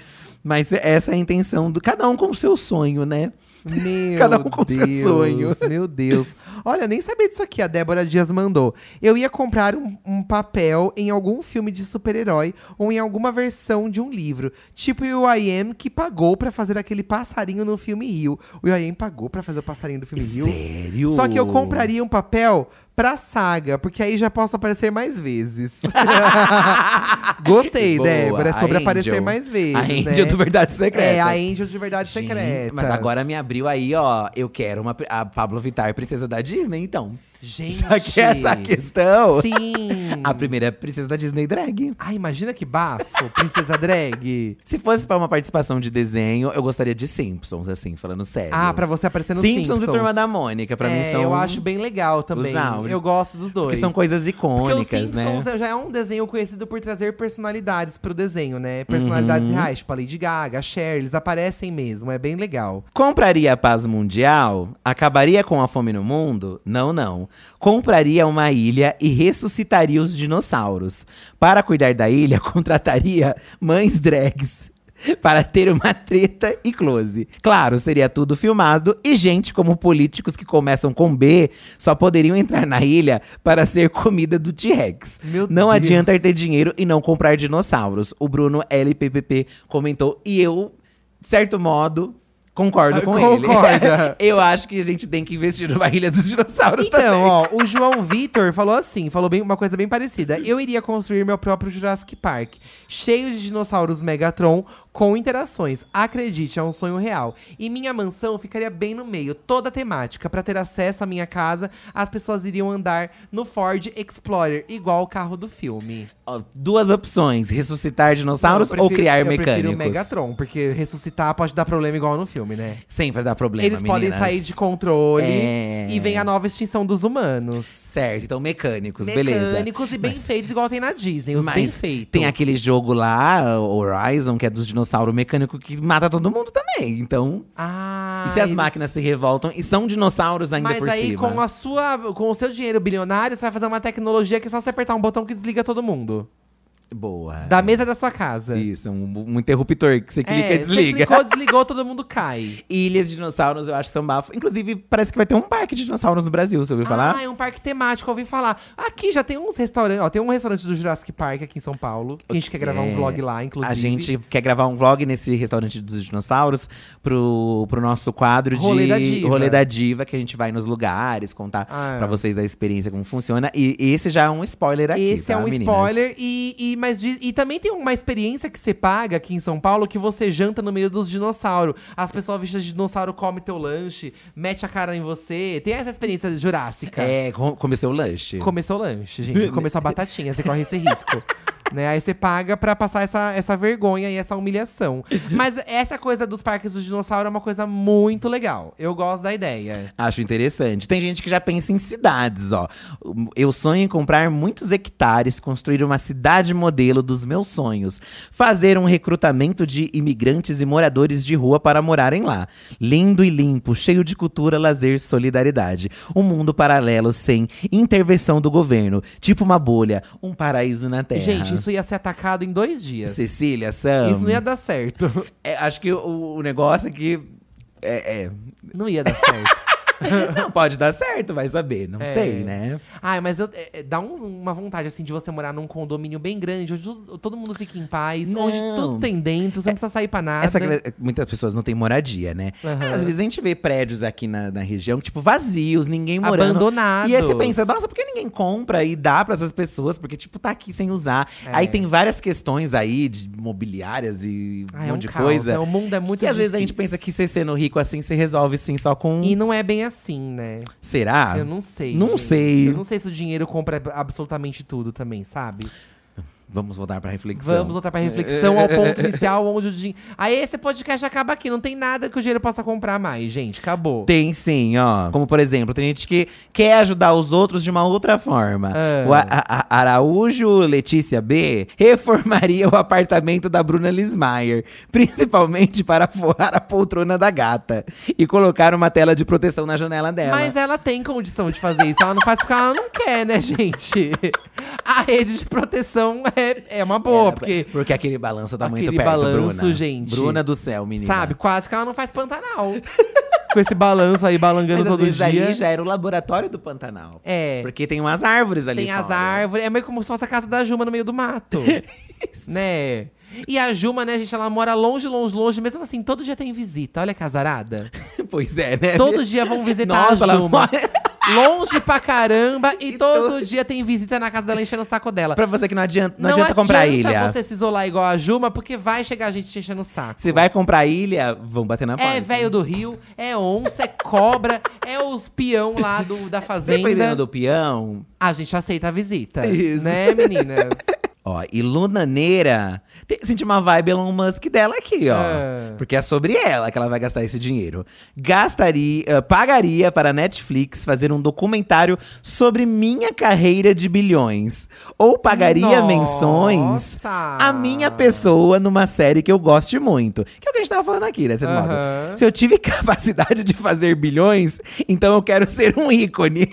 S2: Mas essa é a intenção do cada um com o seu sonho, né?
S1: Meu
S2: Cada um com seu sonho.
S1: Meu Deus. Olha, eu nem sabia disso aqui. A Débora Dias mandou. Eu ia comprar um, um papel em algum filme de super-herói ou em alguma versão de um livro. Tipo o I.M. que pagou pra fazer aquele passarinho no filme Rio. O I.M. pagou pra fazer o passarinho do filme Rio.
S2: Sério?
S1: Só que eu compraria um papel pra saga, porque aí já posso aparecer mais
S2: (laughs)
S1: vezes. Gostei,
S2: Boa,
S1: Débora. É sobre
S2: a
S1: aparecer
S2: Angel.
S1: mais vezes.
S2: A
S1: né?
S2: Angel do Verdade Secreta.
S1: É, a Angel de Verdade Secreta.
S2: Mas agora me abriu aí, ó. Eu quero uma. A Pablo Vittar, princesa da Disney, então.
S1: Gente.
S2: Já que essa questão.
S1: Sim.
S2: (laughs) A primeira é princesa da Disney drag.
S1: Ah, imagina que bafo, princesa
S2: (laughs)
S1: drag.
S2: Se fosse pra uma participação de desenho, eu gostaria de Simpsons, assim, falando sério.
S1: Ah, pra você aparecer no
S2: Simpsons,
S1: Simpsons.
S2: e Turma da Mônica, pra
S1: é,
S2: mim são.
S1: eu acho bem legal também.
S2: os áureos.
S1: Eu gosto dos dois.
S2: que são coisas
S1: Porque o
S2: icônicas, né?
S1: Simpsons já é um desenho conhecido por trazer personalidades pro desenho, né? Personalidades
S2: Uhum.
S1: reais, tipo a Lady Gaga, a Cher, eles aparecem mesmo, é bem legal.
S2: Compraria a paz mundial? Acabaria com a fome no mundo? Não, não. Compraria uma ilha e ressuscitaria os dinossauros. Para cuidar da ilha, (laughs) contrataria mães drags. Para ter uma treta e close. Claro, seria tudo filmado e gente como políticos que começam com B só poderiam entrar na ilha para ser comida do T-Rex.
S1: Meu
S2: Não
S1: Deus.
S2: adianta ter dinheiro e não comprar dinossauros. O Bruno LPPP comentou e eu, de certo modo, concordo
S1: Ah,
S2: com
S1: concorda.
S2: ele. (laughs) eu acho que a gente tem que investir numa Ilha dos Dinossauros
S1: Então,
S2: também.
S1: ó, o João Vitor falou assim, falou bem, uma coisa bem parecida. Eu iria construir meu próprio Jurassic Park, cheio de dinossauros Megatron com interações. Acredite, é um sonho real. E minha mansão ficaria bem no meio, toda temática. Pra ter acesso à minha casa, as pessoas iriam andar no Ford Explorer, igual o carro do filme.
S2: Ó, Duas opções: ressuscitar dinossauros
S1: Eu prefiro-
S2: ou criar
S1: eu prefiro o
S2: mecânicos.
S1: Megatron, porque ressuscitar pode dar problema igual no filme, né?
S2: Sempre dá problema,
S1: Eles podem
S2: meninas.
S1: sair de controle
S2: É.
S1: e vem a nova extinção dos humanos.
S2: Certo, então mecânicos, beleza.
S1: Mecânicos e bem feitos, igual tem na Disney, os bem feitos.
S2: tem aquele jogo lá, o Horizon, que é dos dinossauros mecânicos, que mata todo mundo também. Então,
S1: Ah,
S2: e se as
S1: eles-
S2: máquinas se revoltam? E são dinossauros ainda
S1: Mas
S2: por
S1: aí,
S2: cima.
S1: com a sua, com o seu dinheiro bilionário, você vai fazer uma tecnologia que é só você apertar um botão que desliga todo mundo.
S2: Boa.
S1: Da mesa da sua casa.
S2: Isso, um, um interruptor que você É. clica
S1: É,
S2: e desliga.
S1: Você clicou, desligou, todo mundo cai.
S2: (laughs) Ilhas de dinossauros, eu acho que são bafo. Inclusive, parece que vai ter um parque de dinossauros no Brasil, você ouviu
S1: Ah,
S2: falar?
S1: é um parque temático, eu ouvi falar. Aqui já tem uns restaurantes, ó, tem um restaurante do Jurassic Park aqui em São Paulo. Que a gente quer gravar um
S2: É,
S1: vlog lá, inclusive.
S2: A gente quer gravar um vlog nesse restaurante dos dinossauros pro, pro nosso quadro de
S1: Rolê da Diva.
S2: Rolê da Diva, que a gente vai nos lugares contar
S1: Ah, é.
S2: pra vocês da experiência como funciona. E esse já é um spoiler aqui.
S1: Esse é
S2: tá,
S1: um
S2: meninas?
S1: spoiler. E, e, mas diz- e também tem uma experiência que você paga aqui em São Paulo que você janta no meio dos dinossauros. As pessoas vestidas de dinossauro comem teu lanche, mete a cara em você. Tem essa experiência jurássica.
S2: É, com- comecei o lanche.
S1: Começou o lanche,
S2: (laughs)
S1: gente. Começou a batatinha, você corre esse risco. Né? Aí você paga pra passar essa, essa vergonha e essa humilhação. Mas essa coisa dos parques dos dinossauros é uma coisa muito legal. Eu gosto da ideia.
S2: Acho interessante. Tem gente que já pensa em cidades, ó. Eu sonho em comprar muitos hectares, construir uma cidade modelo dos meus sonhos, fazer um recrutamento de imigrantes e moradores de rua para morarem lá. Lindo e limpo, cheio de cultura, lazer, solidariedade. Um mundo paralelo sem intervenção do governo, tipo uma bolha, um paraíso na terra.
S1: Gente, isso ia ser atacado em dois dias.
S2: Cecília, Sam,
S1: Isso não ia dar
S2: (laughs)
S1: certo.
S2: é, acho que o, o negócio é que é,
S1: (laughs)
S2: é.
S1: Não ia dar certo.
S2: não pode dar certo, vai saber, não
S1: É.
S2: sei, né?
S1: Ai, mas eu- é, é, dá um- uma vontade, assim, de você morar num condomínio bem grande, onde tu- todo mundo fica em paz,
S2: Não.
S1: onde tudo tem dentro, você não precisa sair pra nada.
S2: Essa gra- muitas pessoas não têm moradia, né?
S1: Aham.
S2: Às vezes a gente vê prédios aqui na, na região, tipo, vazios, ninguém morando.
S1: Abandonado.
S2: E aí você pensa, nossa, por que ninguém compra e dá para essas pessoas? Porque, tipo, tá aqui sem usar.
S1: É.
S2: Aí tem várias questões aí de mobiliárias e um
S1: Ai,
S2: monte
S1: é um
S2: de
S1: caos,
S2: coisa.
S1: né? O mundo é muito
S2: que às vezes a gente
S1: difícil.
S2: pensa que você sendo rico assim, você resolve sim só com.
S1: E não é bem assim, né?
S2: Será?
S1: eu não sei.
S2: Ah. não
S1: gente.
S2: sei.
S1: Eu não sei se o dinheiro compra ab- absolutamente tudo também, sabe?
S2: Vamos voltar pra reflexão.
S1: Vamos voltar pra reflexão
S2: É,
S1: ao ponto inicial onde o dinheiro. Aí esse podcast acaba aqui, não tem nada que o dinheiro possa comprar mais, gente. Acabou.
S2: Tem sim, ó. Como, por exemplo, tem gente que quer ajudar os outros de uma outra forma.
S1: Ah.
S2: O A- A- A- Araújo Letícia B reformaria o apartamento da Bruna Lismayer, principalmente para forrar a poltrona da gata e colocar uma tela de proteção na janela dela.
S1: Mas ela tem condição de fazer isso. Ela não faz porque ela não quer, né, gente? A rede de proteção é, é uma boa, porque.
S2: Porque aquele balanço tá muito
S1: Aquele
S2: perto,
S1: balanço,
S2: Bruna.
S1: gente.
S2: Bruna do céu, menina.
S1: Sabe, quase que ela não faz Pantanal. Com esse balanço aí, balangando
S2: Mas às
S1: todo
S2: vezes
S1: dia.
S2: ali já era o laboratório do Pantanal.
S1: É.
S2: Porque tem umas árvores ali
S1: Tem as
S2: fora.
S1: árvores. É meio como se fosse a casa da Juma no meio do mato. né? E a Juma, né, gente, ela mora longe, longe, longe. Mesmo assim, todo dia tem visita. Olha que azarada.
S2: (laughs) pois é, né?
S1: Todo dia vão visitar a
S2: Nossa, ela
S1: Juma.
S2: mora-
S1: Longe pra caramba. E,
S2: E
S1: todo
S2: todo-
S1: dia tem visita na casa dela enchendo o saco dela.
S2: (laughs) Pra você que não adianta, não adianta comprar
S1: adianta
S2: ilha.
S1: você se isolar igual a Juma, porque vai chegar a gente te enchendo o saco.
S2: Se vai comprar ilha, vão bater na porta.
S1: É velho do rio, é onça, é cobra, é os peão lá do, da fazenda.
S2: Dependendo do peão.
S1: A gente aceita a visita.
S2: Isso.
S1: Né, meninas?
S2: Ó, e Lunaneira, tem, senti uma vibe Elon Musk dela aqui, ó.
S1: Ah.
S2: Porque é sobre ela que ela vai gastar esse dinheiro. Gastaria, eh, pagaria para a Netflix fazer um documentário sobre minha carreira de bilhões. Ou pagaria
S1: Nossa!
S2: menções à minha pessoa numa série que eu goste muito. Que é o que a gente tava falando aqui, né, desse modo.
S1: Aham.
S2: Se eu tive (laughs) capacidade de fazer bilhões, então eu quero ser um ícone.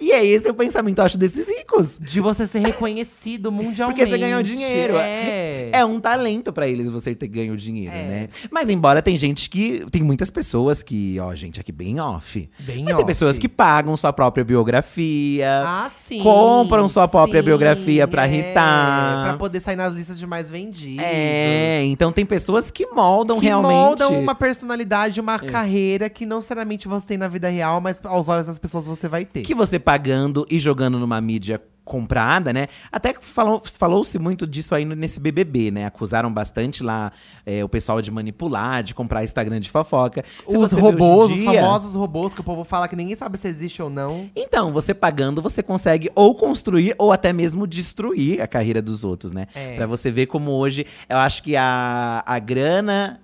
S2: E é esse o pensamento, eu acho, desses ricos.
S1: De você ser reconhecido mundialmente.
S2: Porque você ganhou dinheiro.
S1: É.
S2: É um talento pra eles você ter ganho dinheiro,
S1: É.
S2: né? Mas embora tem gente que. Tem muitas pessoas que, ó, gente, aqui bem off.
S1: Bem
S2: Mas tem
S1: off.
S2: pessoas que pagam sua própria biografia.
S1: Ah, sim.
S2: compram sua própria
S1: sim,
S2: biografia pra
S1: é,
S2: irritar.
S1: Pra poder sair nas listas de mais vendidos.
S2: é, então tem pessoas que moldam
S1: que
S2: realmente.
S1: moldam uma personalidade, uma carreira que não necessariamente você tem na vida real, mas aos olhos das pessoas você vai ter.
S2: que você pagando e jogando numa mídia comprada, né? Até que falou- falou-se muito disso aí no- nesse BBB, né? Acusaram bastante lá é, o pessoal de manipular, de comprar Instagram de fofoca. Se
S1: os
S2: você vê hoje em
S1: robôs, os
S2: dia-
S1: famosos robôs que o povo fala que ninguém sabe se existe ou não.
S2: Então, você pagando, você consegue ou construir ou até mesmo destruir a carreira dos outros, né?
S1: É.
S2: Pra você ver como hoje, eu acho que a, a grana,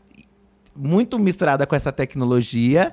S2: muito misturada com essa tecnologia,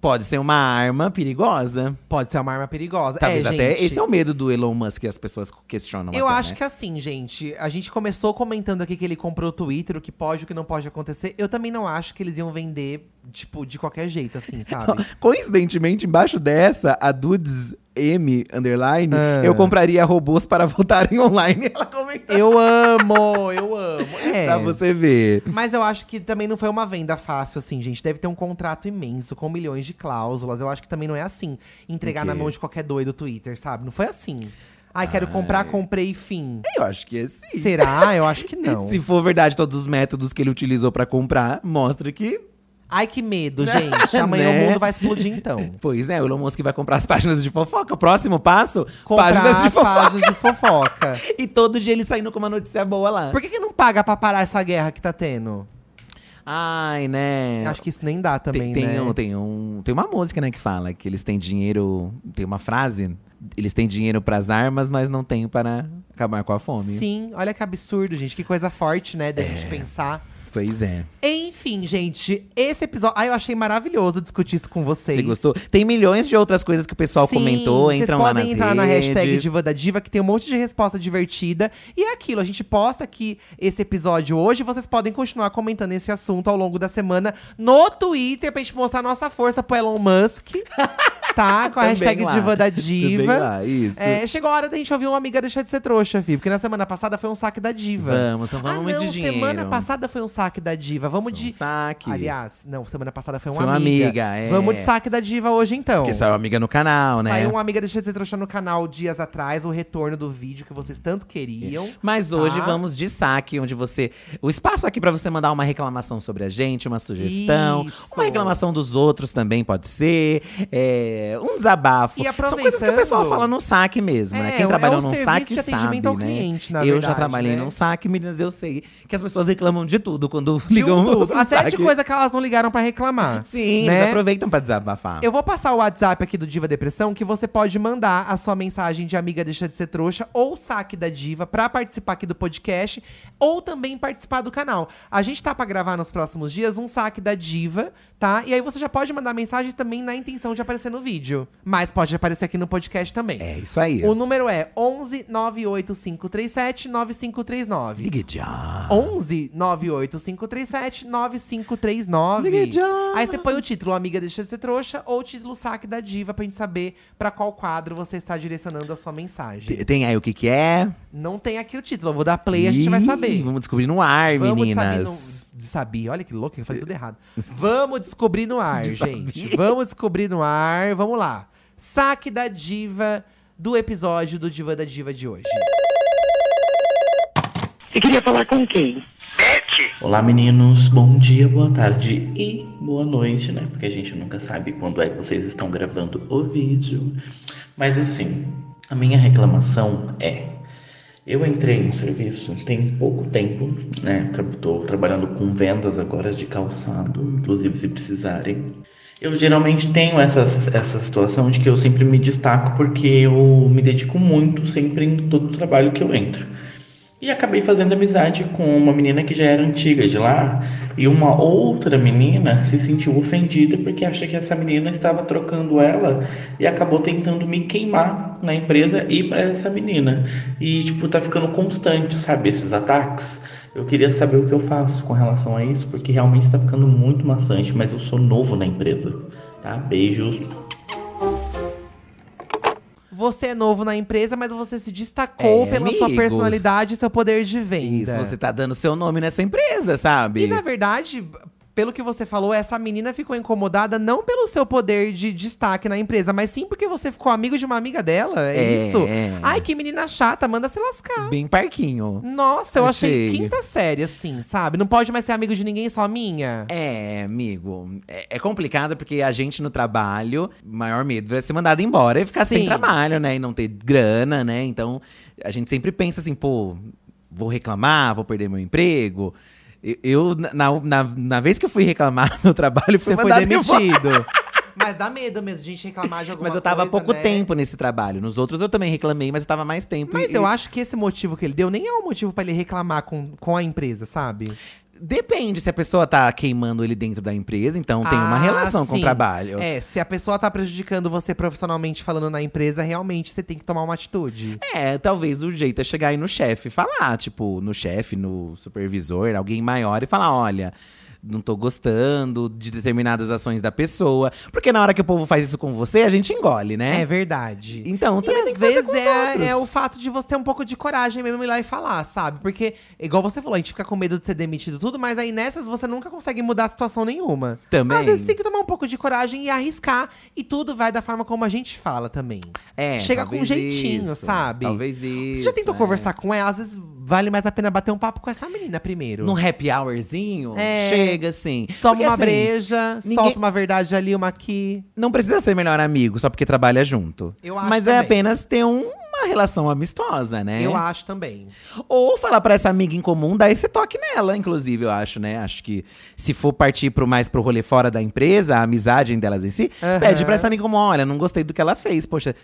S2: pode ser uma arma perigosa.
S1: Pode ser uma arma perigosa.
S2: Talvez
S1: é,
S2: até
S1: gente,
S2: esse é o medo do Elon Musk que as pessoas questionam. né?
S1: Eu acho que assim, gente, a gente começou comentando aqui que ele comprou o Twitter, o que pode, o que não pode acontecer. Eu também não acho que eles iam vender, tipo, de qualquer jeito,
S2: (laughs)
S1: assim, sabe?
S2: Coincidentemente, embaixo dessa, a Dudes M underline, eu compraria robôs para (laughs) votarem online. (laughs) Ela comentou.
S1: eu amo, eu amo. É.
S2: Tá (laughs) Pra você ver.
S1: Mas eu acho que também não foi uma venda fácil, assim, gente. Deve ter um contrato imenso, com milhões de cláusulas. Eu acho que também não é assim, entregar
S2: Ok.
S1: na mão de qualquer doido o Twitter, sabe? Não foi assim. Ai, quero comprar, comprei, fim.
S2: Eu acho que é sim.
S1: Será? Eu acho que
S2: (laughs)
S1: não.
S2: Se for verdade todos os métodos que ele utilizou pra comprar, mostra que.
S1: Ai, que
S2: (laughs)
S1: medo, gente. Amanhã
S2: Né?
S1: o mundo vai explodir, então.
S2: Pois é, o Elon Musk vai comprar as (laughs) páginas de fofoca. Próximo passo:
S1: Comprar
S2: páginas de
S1: as
S2: fofoca.
S1: páginas de fofoca.
S2: E todo dia ele saindo com uma notícia boa lá.
S1: (laughs) Por que, que não paga pra parar essa guerra que tá tendo?
S2: Ai, né?
S1: Acho que isso nem dá também,
S2: tem, tem
S1: né?
S2: um, tem um, tem uma música, né, que fala que eles têm dinheiro, tem uma frase, eles têm dinheiro pras armas, mas não têm para acabar com a fome.
S1: Sim, olha que absurdo, gente. Que coisa forte, né, da
S2: É.
S1: gente pensar.
S2: Pois é.
S1: Enfim, gente, esse episódio. Ah, eu achei maravilhoso discutir isso com vocês.
S2: Você gostou? Tem milhões de outras coisas que o pessoal
S1: Sim,
S2: comentou, entram
S1: vocês
S2: lá
S1: podem
S2: nas
S1: entrar
S2: redes.
S1: na hashtag Diva da Diva, que tem um monte de resposta divertida. E é aquilo, a gente posta aqui esse episódio hoje. Vocês podem continuar comentando esse assunto ao longo da semana no Twitter, pra gente mostrar a nossa força pro Elon
S2: (laughs)
S1: Musk. Tá? Com a
S2: Também
S1: hashtag
S2: lá.
S1: Diva da
S2: Também
S1: Diva.
S2: lá, Ah, isso.
S1: É, chegou a hora da gente ouvir uma amiga deixar de ser trouxa, Fih. Porque na semana passada foi um saque da diva.
S2: Vamos, então vamos
S1: ah,
S2: muito
S1: não,
S2: de dinheiro.
S1: semana passada foi um saque da diva. Vamos
S2: Um
S1: de…
S2: saque.
S1: Aliás, não, semana passada foi uma
S2: Foi uma
S1: amiga.
S2: amiga, é.
S1: Vamos de saque da diva hoje, então.
S2: Porque saiu amiga no canal, né?
S1: Saiu uma amiga deixa de ser trouxa no canal dias atrás, o retorno do vídeo que vocês tanto queriam.
S2: Mas hoje
S1: Tá.
S2: vamos de saque, onde você. O espaço aqui pra você mandar uma reclamação sobre a gente, uma sugestão,
S1: Isso.
S2: uma reclamação dos outros também pode ser, é, um desabafo.
S1: E
S2: São coisas que o
S1: aproveitando-
S2: pessoal fala no saque mesmo, né?
S1: É,
S2: Quem
S1: é
S2: trabalhou
S1: um
S2: num
S1: serviço
S2: saque
S1: de atendimento
S2: sabe,
S1: ao
S2: né?
S1: cliente, na
S2: Eu já
S1: verdade,
S2: trabalhei
S1: né?
S2: num saque, meninas, eu sei que as pessoas reclamam de tudo quando (laughs)
S1: De
S2: ligam
S1: um tudo.
S2: pro
S1: Até de
S2: saque.
S1: coisa que elas não ligaram pra reclamar.
S2: (laughs) Sim,
S1: né?
S2: eles aproveitam pra desabafar.
S1: Eu vou passar o WhatsApp aqui do Diva Depressão, que você pode mandar a sua mensagem de amiga deixa de ser trouxa ou saque da diva pra participar aqui do podcast ou também participar do canal. A gente tá pra gravar nos próximos dias um saque da diva, tá? E aí você já pode mandar mensagens também na intenção de aparecer no vídeo. Mas pode aparecer aqui no podcast também.
S2: É isso aí.
S1: O número é 11 98537 9539.
S2: Ligue já.
S1: 11 98537 9539.
S2: Ligue já.
S1: Aí você põe o título Amiga Deixa de Ser Trouxa ou o título Saque da Diva pra gente saber pra qual quadro você está direcionando a sua mensagem.
S2: Te- Tem aí o que que é?
S1: Não tem aqui o título, eu vou dar play e a gente vai
S2: Ih,
S1: saber.
S2: Vamos descobrir no ar,
S1: Vamos de saber
S2: meninas.
S1: no- de saber, olha que louco, eu falei tudo errado. Vamos descobrir no ar,
S2: De
S1: gente.
S2: saber.
S1: Vamos descobrir no ar. Vamos lá. Saque da diva do episódio do Diva da Diva de hoje.
S3: E queria falar com quem?
S4: Olá meninos, bom dia, boa tarde e boa noite, né? Porque a gente nunca sabe quando é que vocês estão gravando o vídeo. Mas assim, a minha reclamação é: eu entrei no serviço tem pouco tempo, né? Estou trabalhando com vendas agora de calçado, inclusive se precisarem. Eu geralmente tenho essa, essa situação de que eu sempre me destaco porque eu me dedico muito sempre em todo o trabalho que eu entro. E acabei fazendo amizade com uma menina que já era antiga de lá, e uma outra menina se sentiu ofendida porque acha que essa menina estava trocando ela e acabou tentando me queimar na empresa e para essa menina. E tipo, tá ficando constante, sabe, esses ataques. Eu queria saber o que eu faço com relação a isso, porque realmente tá ficando muito maçante, mas eu sou novo na empresa, tá? Beijos.
S1: Você é novo na empresa, mas você se destacou
S2: É,
S1: pela sua
S2: amigo.
S1: personalidade e seu poder de venda.
S2: Isso, você tá dando seu nome nessa empresa, sabe?
S1: E na verdade, pelo que você falou, essa menina ficou incomodada não pelo seu poder de destaque na empresa, mas sim porque você ficou amigo de uma amiga dela. É,
S2: É.
S1: isso. Ai, que menina chata, manda se lascar.
S2: Bem parquinho.
S1: Nossa, eu achei,
S2: Achei.
S1: quinta série, assim, sabe? Não pode mais ser amigo de ninguém, só minha.
S2: É, amigo. É, é complicado porque a gente no trabalho, o maior medo é ser mandado embora e ficar sem
S1: Sim.
S2: trabalho, né? E não ter grana, né? Então a gente sempre pensa assim, pô, vou reclamar, vou perder meu emprego. Eu- Eu, na, na, na vez que eu fui reclamar (laughs) meu trabalho,
S1: Você
S2: fui
S1: foi
S2: mandado embora.
S1: demitido. mas dá medo mesmo de gente reclamar de alguma coisa.
S2: Mas eu tava há pouco
S1: né?
S2: tempo nesse trabalho. Nos outros eu também reclamei, mas eu tava mais tempo.
S1: Mas
S2: E-
S1: eu acho que esse motivo que ele deu nem é um motivo pra ele reclamar com, com a empresa, sabe?
S2: Depende se a pessoa tá queimando ele dentro da empresa, então tem uma
S1: Ah,
S2: relação com o
S1: sim.
S2: trabalho.
S1: É, se a pessoa tá prejudicando você profissionalmente falando na empresa, realmente você tem que tomar uma atitude.
S2: É, talvez o jeito é chegar aí no chefe e falar, tipo, no chefe, no supervisor, alguém maior e falar: olha, não tô gostando de determinadas ações da pessoa. Porque na hora que o povo faz isso com você, a gente engole,
S1: É,
S2: né?
S1: verdade.
S2: Então
S1: E
S2: também tem
S1: às
S2: que fazer
S1: vezes
S2: com os
S1: é,
S2: outros.
S1: é o fato de você ter um pouco de coragem mesmo ir lá e falar, sabe? Porque, igual você falou, a gente fica com medo de ser demitido e tudo, mas aí nessas você nunca consegue mudar a situação nenhuma.
S2: Também.
S1: Às vezes tem que tomar um pouco de coragem e arriscar, e tudo vai da forma como a gente fala também.
S2: É,
S1: Chega com um
S2: talvez
S1: jeitinho,
S2: isso,
S1: sabe?
S2: Talvez isso.
S1: Você já tentou
S2: é.
S1: conversar com ela, às vezes vale mais a pena bater um papo com essa menina primeiro.
S2: Num happy hourzinho?
S1: É.
S2: Chega assim.
S1: Toma
S2: é. Porque,
S1: uma
S2: assim,
S1: breja,
S2: ninguém-
S1: solta uma verdade ali, uma aqui.
S2: Não precisa ser melhor amigo só porque trabalha junto.
S1: Eu acho
S2: Mas é
S1: também.
S2: apenas ter um- uma relação amistosa, né?
S1: Eu acho também.
S2: Ou falar pra essa amiga em comum, dar esse toque nela, inclusive, eu acho, né? Acho que se for partir pro mais pro rolê fora da empresa, a amizade delas em si,
S1: Aham.
S2: pede pra essa amiga comum, olha, não gostei do que ela fez, poxa.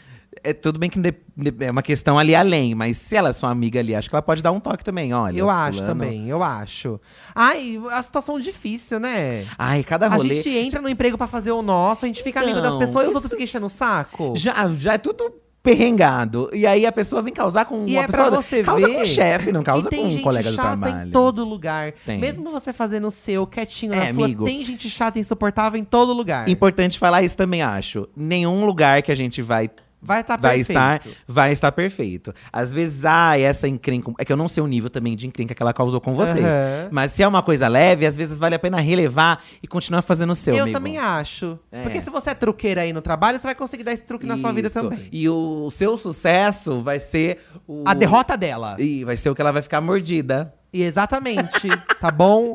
S2: É tudo bem que de- de- é uma questão ali além, mas se ela é sua amiga ali, acho que ela pode dar um toque também, olha.
S1: eu acho
S2: fulano.
S1: também, eu acho. Ai, a situação difícil, né?
S2: Ai, cada
S1: A
S2: rolê.
S1: gente entra no emprego pra fazer o nosso, a gente fica amigo das
S2: Não,
S1: pessoas e os
S2: isso-
S1: outros ficam enchendo o saco.
S2: Já, já é tudo perrengado. E aí a pessoa vem causar com
S1: E
S2: uma
S1: é
S2: pessoa.
S1: pra você
S2: causa
S1: ver
S2: com o chefe, não
S1: que
S2: causa
S1: tem
S2: com um
S1: gente
S2: colega do
S1: chata
S2: trabalho.
S1: em todo lugar.
S2: Tem.
S1: Mesmo você fazendo o seu, quietinho na
S2: É,
S1: sua,
S2: amigo.
S1: tem gente chata e insuportável em todo lugar.
S2: Importante falar isso também, acho. Nenhum lugar que a gente vai
S1: Vai estar
S2: vai
S1: Tá perfeito.
S2: estar vai estar perfeito. Às vezes, ah, essa encrenca. É que eu não sei o nível também de encrenca que ela causou com vocês.
S1: Aham.
S2: Mas se é uma coisa leve, às vezes vale a pena relevar e continuar fazendo o seu.
S1: Eu
S2: amigo.
S1: também acho.
S2: É.
S1: Porque se você é truqueira aí no trabalho, você vai conseguir dar esse truque na sua vida
S2: Isso.
S1: também.
S2: E o, o seu sucesso vai ser o.
S1: A derrota dela.
S2: E vai ser o que ela vai ficar mordida.
S1: E exatamente, tá
S2: (laughs)
S1: bom?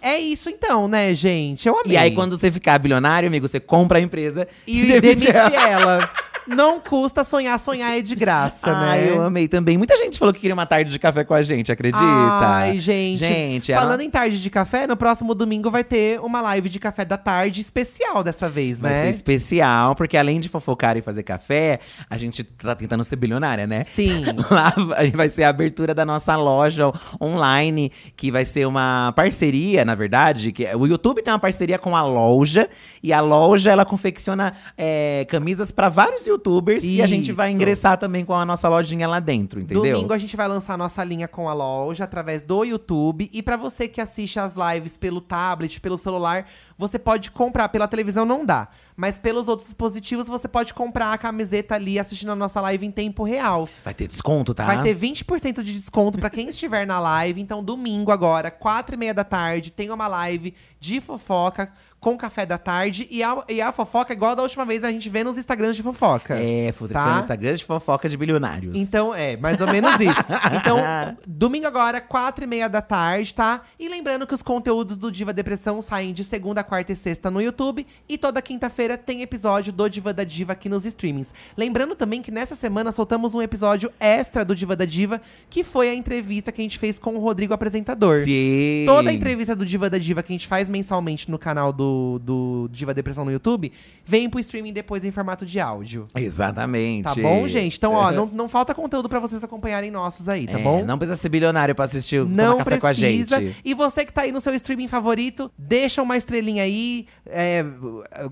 S1: É isso então, né, gente? Eu amei.
S2: (laughs) E aí, quando você ficar bilionário, amigo, você compra a empresa
S1: E demite ela. Não custa sonhar, sonhar é de graça,
S2: Ai,
S1: né?
S2: eu amei também. Muita gente falou que queria uma tarde de café com a gente, acredita?
S1: Ai, gente.
S2: Gente, é ela-
S1: Falando em tarde de café, no próximo domingo vai ter uma live de café da tarde especial dessa vez,
S2: Vai
S1: né?
S2: ser especial, porque além de fofocar e fazer café, a gente tá tentando ser bilionária, né?
S1: Sim.
S2: Lá vai- vai ser a abertura da nossa loja online, que vai ser uma parceria, na verdade. Que é, o YouTube tem uma parceria com a loja, e a loja ela confecciona é, camisas pra vários YouTubers e a gente vai
S1: Isso.
S2: ingressar também com a nossa lojinha lá dentro, (laughs) entendeu?
S1: Domingo a gente vai lançar nossa linha com a loja através do YouTube. E pra você que assiste as lives pelo tablet, pelo celular, você pode comprar. Pela televisão não dá, mas pelos outros dispositivos você pode comprar a camiseta ali assistindo a nossa live em tempo real.
S2: Vai ter desconto, tá?
S1: Vai ter 20% de desconto pra quem (laughs) estiver na live. Então, domingo agora, 4 e meia da tarde, tem uma live de fofoca com café da tarde. E a, e a fofoca, é igual da última vez, a gente vê nos Instagrams de fofoca.
S2: É, futricando
S1: Tá?
S2: Instagram de fofoca de bilionários.
S1: Então, é, mais ou menos isso. Então, domingo agora, quatro e meia da tarde, tá? E lembrando que os conteúdos do Diva Depressão saem de segunda, quarta e sexta no YouTube. E toda quinta-feira tem episódio do Diva da Diva aqui nos streamings. Lembrando também que nessa semana soltamos um episódio extra do Diva da Diva, que foi a entrevista que a gente fez com o Rodrigo apresentador.
S2: Sim.
S1: Toda a entrevista do Diva da Diva que a gente faz mensalmente no canal do, do Diva Depressão no YouTube, vem pro streaming depois em formato de áudio.
S2: Exatamente.
S1: Tá bom, gente? Então,
S2: (laughs)
S1: ó, não, não falta conteúdo pra vocês acompanharem nossos aí, tá
S2: É,
S1: bom?
S2: Não precisa ser bilionário pra assistir o
S1: Não
S2: Tomar Café
S1: precisa.
S2: com a gente.
S1: E você que tá aí no seu streaming favorito, deixa uma estrelinha aí. é,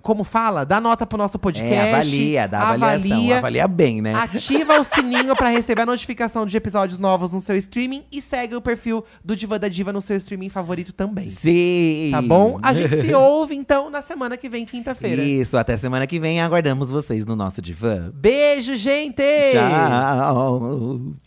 S1: como fala? Dá nota pro nosso podcast.
S2: É, avalia, dá avaliação. Avalia, bem, né? (laughs)
S1: Ativa o sininho pra receber a notificação de episódios novos no seu streaming e segue o perfil do Diva da Diva no seu streaming favorito também.
S2: Sim.
S1: Tá bom? A gente
S2: (laughs)
S1: se ouve então na semana que vem, quinta-feira.
S2: Isso, até semana que vem. Aguardamos vocês no nosso divã.
S1: Beijo, gente!
S2: Tchau.